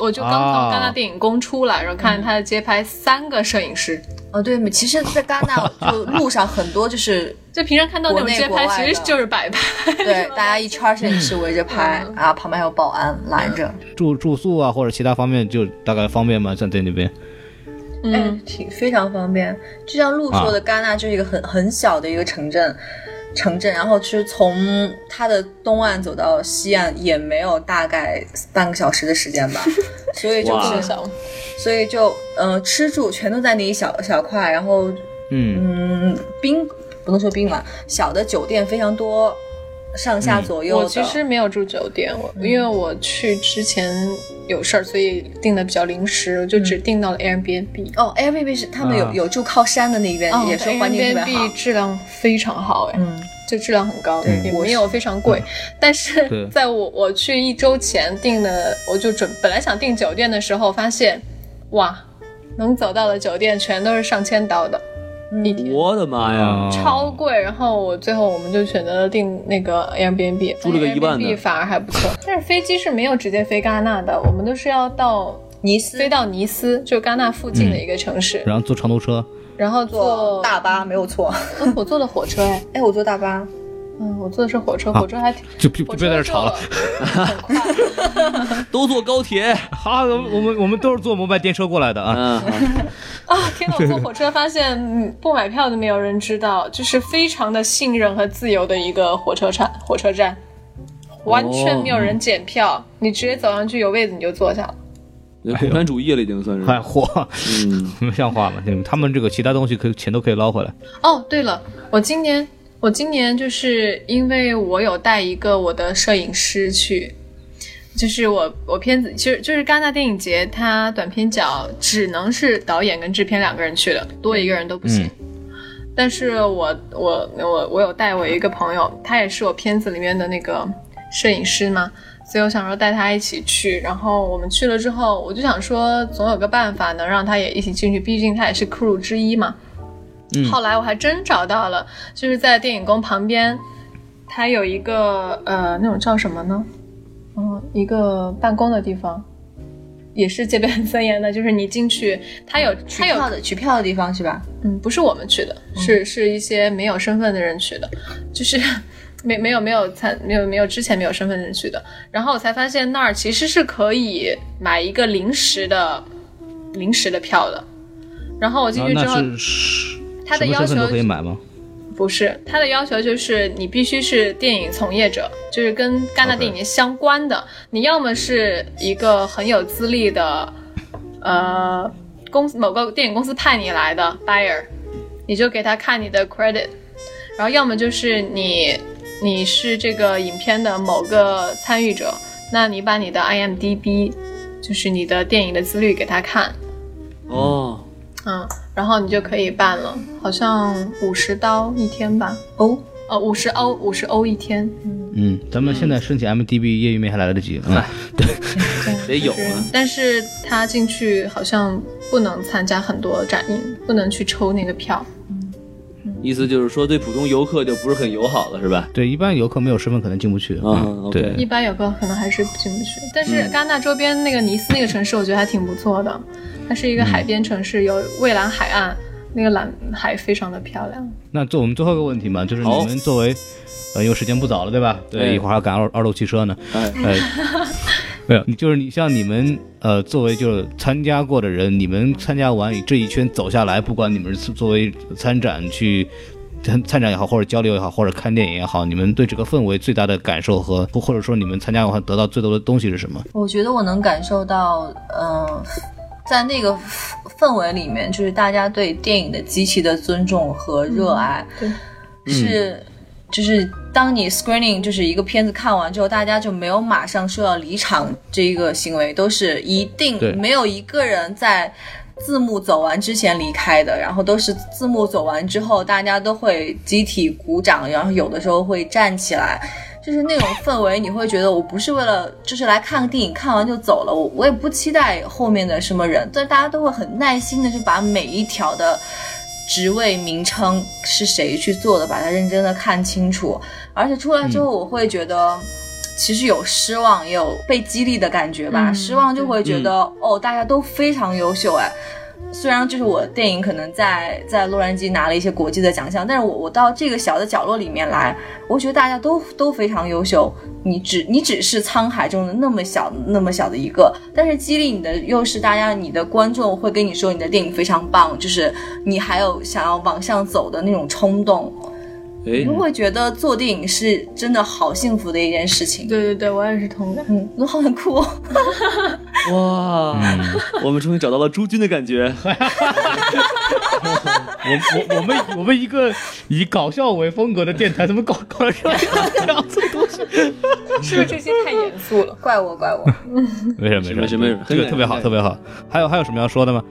我就刚从
啊
戛纳电影宫出来，然后看见他的街拍三个摄影师。
哦，对，其实，在戛
[LAUGHS]
纳就路上很多就是
就平常看到那种
国内
街
国
拍，
外的
其实就是摆拍。
[LAUGHS]
[LAUGHS]
对大家一圈摄影师围着拍啊，旁边还有保安拦着。
住住宿啊，或者其他方面就大概方便吗？像在那边，
哎
嗯，，
挺非常方便。就像鹿说的，戛纳就是一个很很小的一个城镇，城镇，然后其实从它的东岸走到西岸也没有大概半个小时的时间吧，所以就
哇
是，所以就呃吃住全都在那一小小块，然后
嗯
嗯，宾不能说宾馆，小的酒店非常多，上下左右的。嗯
我其实没有住酒店，我因为我去之前有事儿，所以订的比较临时，我就
嗯
只订到了 Airbnb。
哦，Airbnb 是他们有、
啊
有住靠山的那边，
哦
也是环境特别好
Airbnb。质量非常好，哎，
嗯，
就质量很高，
对
也没有非常
嗯
贵。但
对
是在我我去一周前订的，我就准本来想订酒店的时候，发现哇，能走到的酒店全都是上千刀的，
嗯
一天
我的妈哎呀！
超贵。然后我最后我们就选择了订那个 Airbnb，
租了个一万的
Airbnb 反而还不错。但是飞机是没有直接飞戛纳的，我们都是要到。
尼斯
飞到尼斯，就戛纳附
嗯
近的一个城市，
然后坐长途车，
然后
坐
坐
大巴没有错。
嗯我坐的火车，哎，
[LAUGHS] 哎，我坐大巴，
嗯，我坐的是火车，火车还挺，
就就
火
不
车
别在这儿吵了。
就很
[LAUGHS]
快，啊
嗯
都坐高铁，
好，啊我们我们都是坐摩拜电车过来的啊。
嗯，
啊，天呐！我坐火车发现，嗯，不买票都没有人知道，就是非常的信任和自由的一个火车站，火车站完
哦
全没有人检票，你直接走上去有位子你就坐下了。
共产主义了已经算是。
哎， [LAUGHS] 嚯，
嗯，
像话吗？他们这个其他东西可以钱都可以捞回来。
哦，对了，我今年我今年就是因为我有带一个我的摄影师去，就是我我片子其实就是戛纳电影节，它短片角只能是导演跟制片两个人去的，多一个人都不行。
嗯
但是我我我我有带我一个朋友，他也是我片子里面的那个摄影师嘛，所以我想说带他一起去。然后我们去了之后，我就想说总有个办法能让他也一起进去，毕竟他也是 crew 之一嘛。
嗯
后来我还真找到了，就是在电影宫旁边，它有一个呃那种叫什么呢？嗯，一个办公的地方，也是戒备很 [LAUGHS] 森严的，就是你进去，它有
取
它有
票的取票的地方是吧？
嗯，不是我们去的，是是一些没有身份的人去的，就是 [LAUGHS] 没没有没有参没有没有之前没有身份的人去的。然后我才发现那儿其实是可以买一个临时的临时的票的。然后我进
啊
去之
那
后，
是是
他的
什么
要
身份
求
都可以买吗？
不是他的要求就是你必须是电影从业者，就是跟戛纳
OK
电影节相关的。你要么是一个很有资历的，呃，公司某个电影公司派你来的 buyer，你就给他看你的 credit，然后要么就是你你是这个影片的某个参与者，那你把你的 IMDB，就是你的电影的资历给他看，
哦，
嗯，然后你就可以办了，好像五十刀一天吧。
哦，
呃，五十欧，五十欧一天，
嗯，咱们现在申请 MDB 业余面还来得及。嗯，
得有啊。
但是他进去好像不能参加很多展映，不能去抽那个票。
意思就是说对普通游客就不是很友好了，是吧？
对，一般游客没有身份可能进不去。
啊
嗯
，OK
一
对，
般游客可能还是进不去。但
嗯
是戛纳周边那个尼斯那个城市，我觉得还挺不错的，它是一个
嗯
海边城市，有蔚蓝海岸，那个蓝海非常的漂亮。
那做我们最后一个问题嘛，就是你
好
们作为，呃，因为时间不早了，对吧？
对
一会儿还要赶二二路汽车呢。
哎，
呃，
[LAUGHS]
没有，你就是你像你们呃，作为就是参加过的人，你们参加完这一圈走下来，不管你们是作为参展去参参展也好，或者交流也好，或者看电影也好，你们对这个氛围最大的感受和或或者说你们参加完得到最多的东西是什么？
我觉得我能感受到，呃，在那个氛围里面，就是大家对电影的极其的尊重和热爱，
对，
是。就是当你 screening 就是一个片子看完之后，大家就没有马上说要离场这个行为，都是一
对
定没有一个人在字幕走完之前离开的，然后都是字幕走完之后，大家都会集体鼓掌，然后有的时候会站起来，就是那种氛围，你会觉得我不是为了就是来看个电影，看完就走了，我我也不期待后面的什么人，但大家都会很耐心的就把每一条的职位名称是谁去做的，把它认真的看清楚，而且出来之后，
嗯
我会觉得。其实有失望，也有被激励的感觉吧。
嗯
失望就会觉得、哦，大家都非常优秀哎，虽然就是我电影可能在在洛杉矶拿了一些国际的奖项，但是我我到这个小的角落里面来，我觉得大家都都非常优秀。你只你只是沧海中的那么小那么小的一个，但是激励你的又是大家你的观众会跟你说你的电影非常棒，就是你还有想要往上走的那种冲动。
哎
你，会觉得做电影是真的好幸福的一件事情。
对对对，我也是同感。
嗯，我好想哭、哦。
哇，
嗯，哎
我们终于找到了朱军的感觉。
我我我们我们一个以搞笑为风格的电台，怎么搞搞成这样子的东西？
[LAUGHS] 是不是这期太严肃了？
怪我，
[LAUGHS]
怪我。
没事没
没事没事
这个特别好，
很感人
特别好。还有还有什么要说的吗？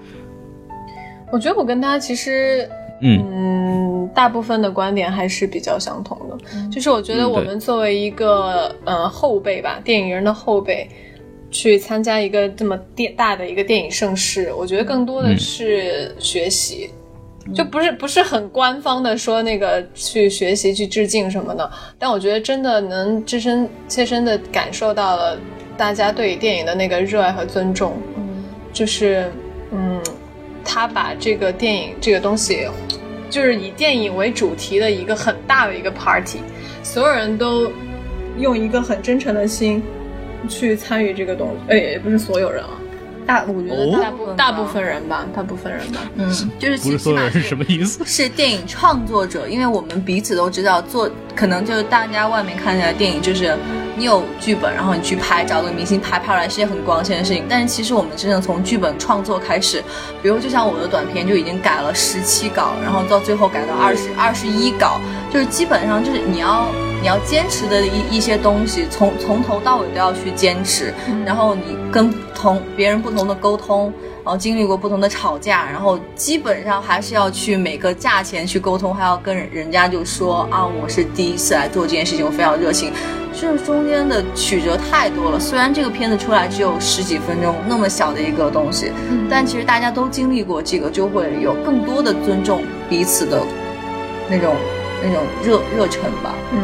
我觉得我跟他其实
嗯
嗯，大部分的观点还是比较相同的，就是我觉得
嗯
我
对
们作为一个、呃后辈吧，电影人的后辈，去参加一个这么电大的一个电影盛世，我觉得更多的
嗯
是学习，就不是不是很官方的说那个去学习去致敬什么的，但我觉得真的能置身切身的感受到了大家对于电影的那个热爱和尊重，就是嗯，他把这个电影这个东西，就是以电影为主题的一个很大的一个 party，所有人都用一个很真诚的心去参与这个东西，哎，也不是所有人啊，
大，我觉得
大
大
部
哦
部
大部分，人吧，大部分人吧，
嗯，就是
不
起
是所
起
有
码
人是什么意
[LAUGHS]
思？
是电影创作者，因为我们彼此都知道做，可能就是大家外面看起来电影就是你有剧本，然后你去拍，找个明星拍拍来是件很光鲜的事情。但是其实我们真正从剧本创作开始，比如就像我的短片就已经改了十七稿，然后到最后改到二十二十一稿，就是基本上就是你要你要坚持的一一些东西，从从头到尾都要去坚持。然后你跟同别人不同的沟通，然后经历过不同的吵架，然后基本上还是要去每个价钱去沟通，还要跟人人家就说啊，我是第一次来做这件事情，我非常热情。就是中间的曲折太多了，虽然这个片子出来只有十几分钟，那么小的一个东西，但其实大家都经历过这个，就会有更多的尊重彼此的那种那种热热忱吧。
嗯，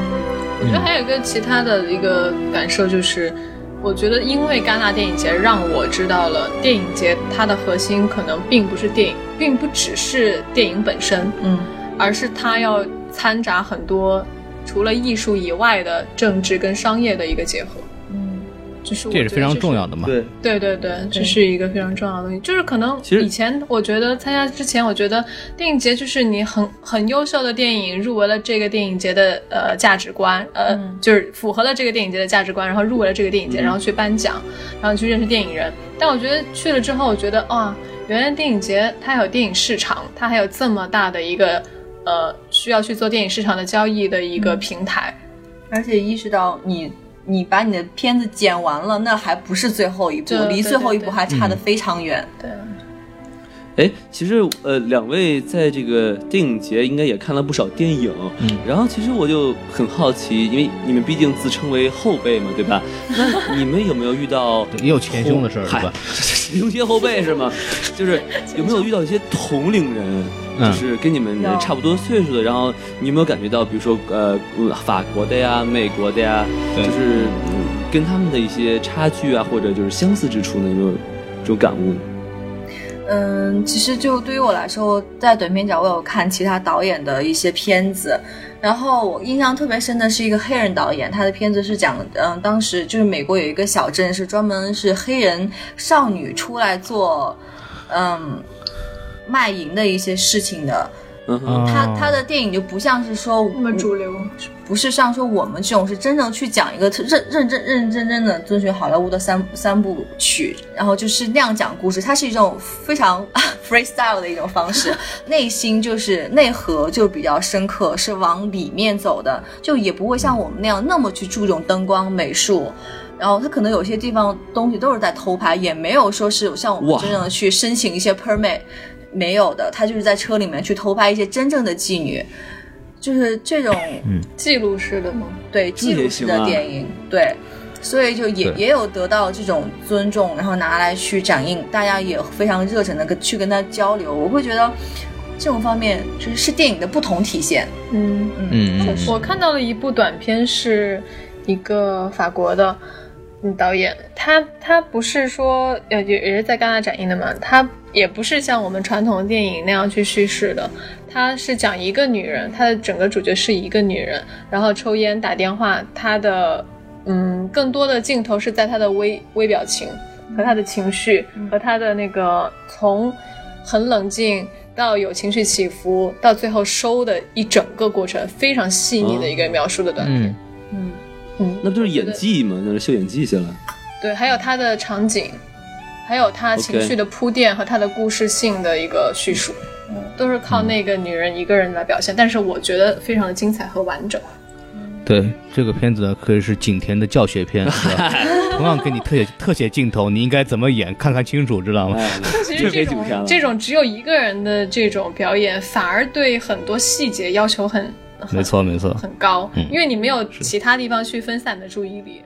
我觉得还有一个其他的一个感受就是，我觉得因为戛纳电影节让我知道了电影节它的核心可能并不是电影，并不只是电影本身，
嗯，
而是它要掺杂很多除了艺术以外的政治跟商业的一个结合。
嗯，
就是我
这也是非常重
要。
要的嘛。
对，
对对对，这是一个非常重要的东西。就是可能
其实
以前我觉得参加之前，我觉得电影节就是你很很优秀的电影入围了这个电影节的呃价值观，呃、
嗯
就是符合了这个电影节的价值观，然后入围了这个电影节，
嗯
然后去颁奖，然后去认识电影人。但我觉得去了之后，我觉得啊，原来电影节它还有电影市场，它还有这么大的一个呃需要去做电影市场的交易的一个平台。
而且意识到你你把你的片子剪完了，那还不是最后一步
对，对
离最后一
对对
步还差得非常远。
对，
哎，其实呃，两位在这个电影节应该也看了不少电影，
嗯
然后其实我就很好奇，因为你们毕竟自称为后辈嘛，对吧？那你们有没有遇到
[LAUGHS] 对也有前胸的事儿是
嗨 [LAUGHS]
吧？
迎接后辈是吗？就是有没有遇到一些同龄人，
嗯
就是跟你们
有
差不多岁数的，然后你有没有感觉到，比如说呃，法国的呀、美国的呀，就
对
是、嗯跟他们的一些差距啊，或者就是相似之处呢？有没有这种感悟呢？
嗯，其实就对于我来说，在短片角我有看其他导演的一些片子，然后我印象特别深的是一个黑人导演，他的片子是讲，嗯，当时就是美国有一个小镇是专门是黑人少女出来做，嗯，卖淫的一些事情的。
嗯
哦
哼，
他他的电影就不像是说
那么主流。
不是像说我们这种是真正去讲一个特认认真认认真真的遵循好莱坞的三三部曲，然后就是那样讲故事，它是一种非常 [LAUGHS] freestyle 的一种方式，内心就是内核就比较深刻，是往里面走的，就也不会像我们那样那么去注重灯光美术。然后它可能有些地方东西都是在偷拍，也没有说是像我们
哇
真正的去申请一些 permit，没有的，他就是在车里面去偷拍一些真正的妓女，就是这种
记录式的吗？
对
这
记
也
录式
行
的
啊
电影，对，所以就也
对
也有得到这种尊重，然后拿来去展映，大家也非常热忱的跟去跟他交流，我会觉得这种方面就是是电影的不同体现，
嗯。
嗯嗯
我看到了一部短片，是一个法国的嗯导演，他他不是说呃也也是在戛纳展映的嘛，他也不是像我们传统的电影那样去叙事的，他是讲一个女人，她的整个主角是一个女人，然后抽烟打电话，她的嗯更多的镜头是在她的微微表情和她的情绪和她的那个从很冷静到有情绪起伏，到最后收的一整个过程，非常细腻的一个描述的短片。
嗯，
嗯嗯，
那不就
我
是
觉
演
得
技嘛，就是秀演技去了。
对，还有他的场景，还有他情
OK
绪的铺垫和他的故事性的一个叙述，嗯，都是靠那个女人一个人来表现，但是我觉得非常的精彩和完整。
对，这个片子呢可以是景甜的教学片，是吧同样给你特写特写镜头，你应该怎么演，看看清楚，知道吗？
哎，
其
这
实
别
这
紧张
种
了
这种只有一个人的这种表演，反而对很多细节要求很很
没错，没错。
很高
嗯，
因为你没有其他地方去分散你的注意力。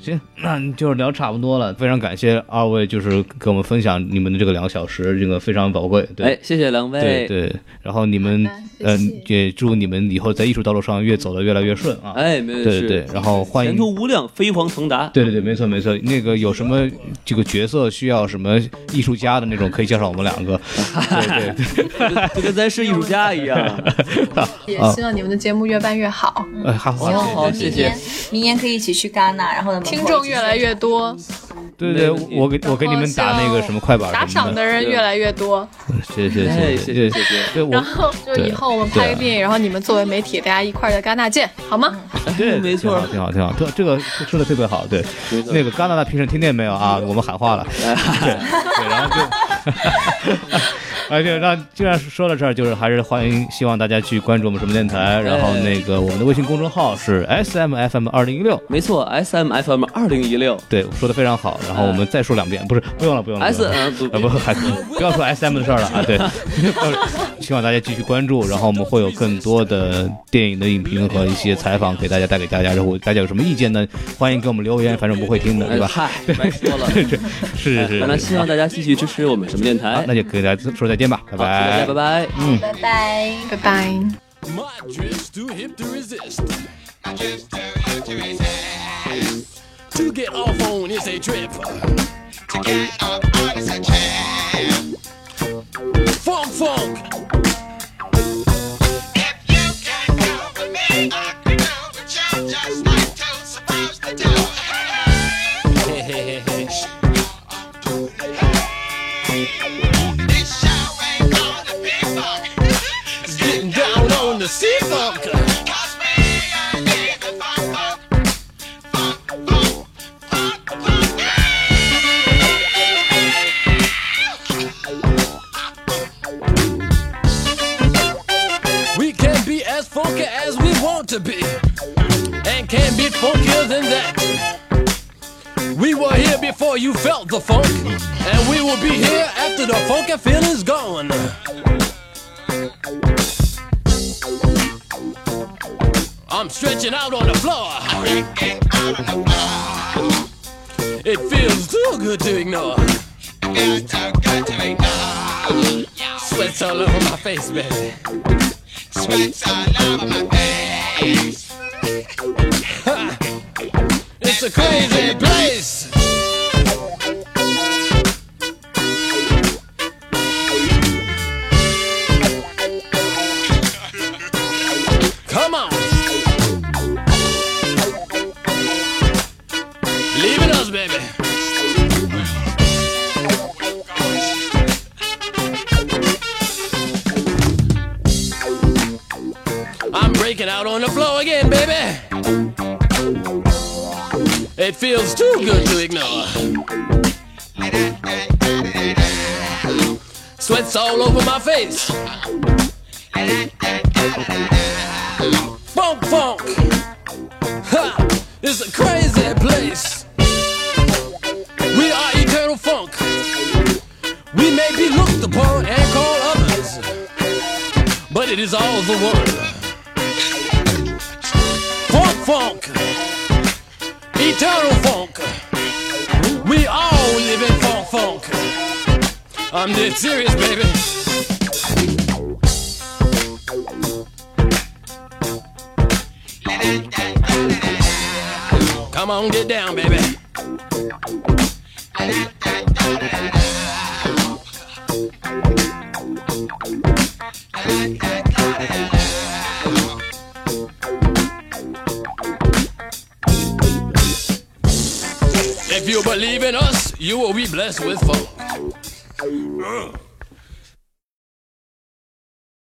行，那就是聊差不多了。非常感谢二位，就是给我们分享你们的这个两个小时，这个非常宝贵。对，
哎，谢谢两
对
位。
对。然后你们
好的，
嗯、
谢谢
也祝你们以后在艺术道路上越走得越来越顺啊。
哎，没有
对
事。
对对。然后欢迎
前途无量，飞黄腾达。
[LAUGHS] 对对对，没错没错。那个有什么这个角色需要什么艺术家的那种，可以介绍我们两
[LAUGHS]
个。对对对，
就跟咱是艺术家一样。
也希望你们的节目越办越好，
呃，好，
行
好
好
谢
谢谢
谢
明年明年可以一起去戛纳，然后呢，
听众越来越多，
对对，
没问题
我给我给你们打那个什么快板
打
什么
赏的人越来越多。
谢谢
哎，谢
谢谢
谢谢谢。
对我
然后就以后我们拍个电影，然后你们作为媒体，大家一块儿在戛纳见，好吗？
[LAUGHS]
对，
没错
挺好，挺好，挺好。特这个说的特别好，对。
没错
那个戛纳的评审听见没有啊？我们喊
[LAUGHS]
话了，对，对，然后就。 [LAUGHS] 而且让既然说到这儿，就是还是欢迎，希望大家去关注我们什么电台，然后那个我们的微信公众号是 S M F M 二零一六，
[LAUGHS] 没错，S M F M 二零一六
对，说的非常好。然后我们再说两遍，不是，不用了，不用
嗯
了。
S
不用了
M
啊不，还不要说 S M 的事儿了
[LAUGHS]
啊！对，希望大家继续关注，然后我们会有更多的电影的影评和一些采访给大家带给大家。然后大家有什么意见呢？欢迎给我们留言，反正我们会听的，对吧？
哎嗨，白说
[LAUGHS]
了。
是是
那
是。
希望大家继续支持我们什么电
好
台，。
那就给大家说再见吧，拜
好，大家拜拜。
嗯
拜拜。
拜拜。
My drift's too hip to resist. To get off on is a trip. Funk funk. [LAUGHS] Getting down on the sea funk. We can be as funky as we want to be, and can be funkier than that. We were here before you felt the funk, and we will be here after the funky feeling's gone. I'm stretching out on the floor. It feels too good to ignore. Sweats all over my face, baby. It's a crazy place. Come on. Leaving us, baby. I'm breaking out on the floor again, baby. It feels too good to ignore. Sweats all over my face. Funk, funk. Ha! It's a crazy place. We are eternal funk. We may be looked upon and called others, but it is all the one. Funk, funk eternal funk. We all live in funk, funk. I'm dead serious, baby. Come on, get down, baby. If you believe in us, you will be blessed with funk. Ugh.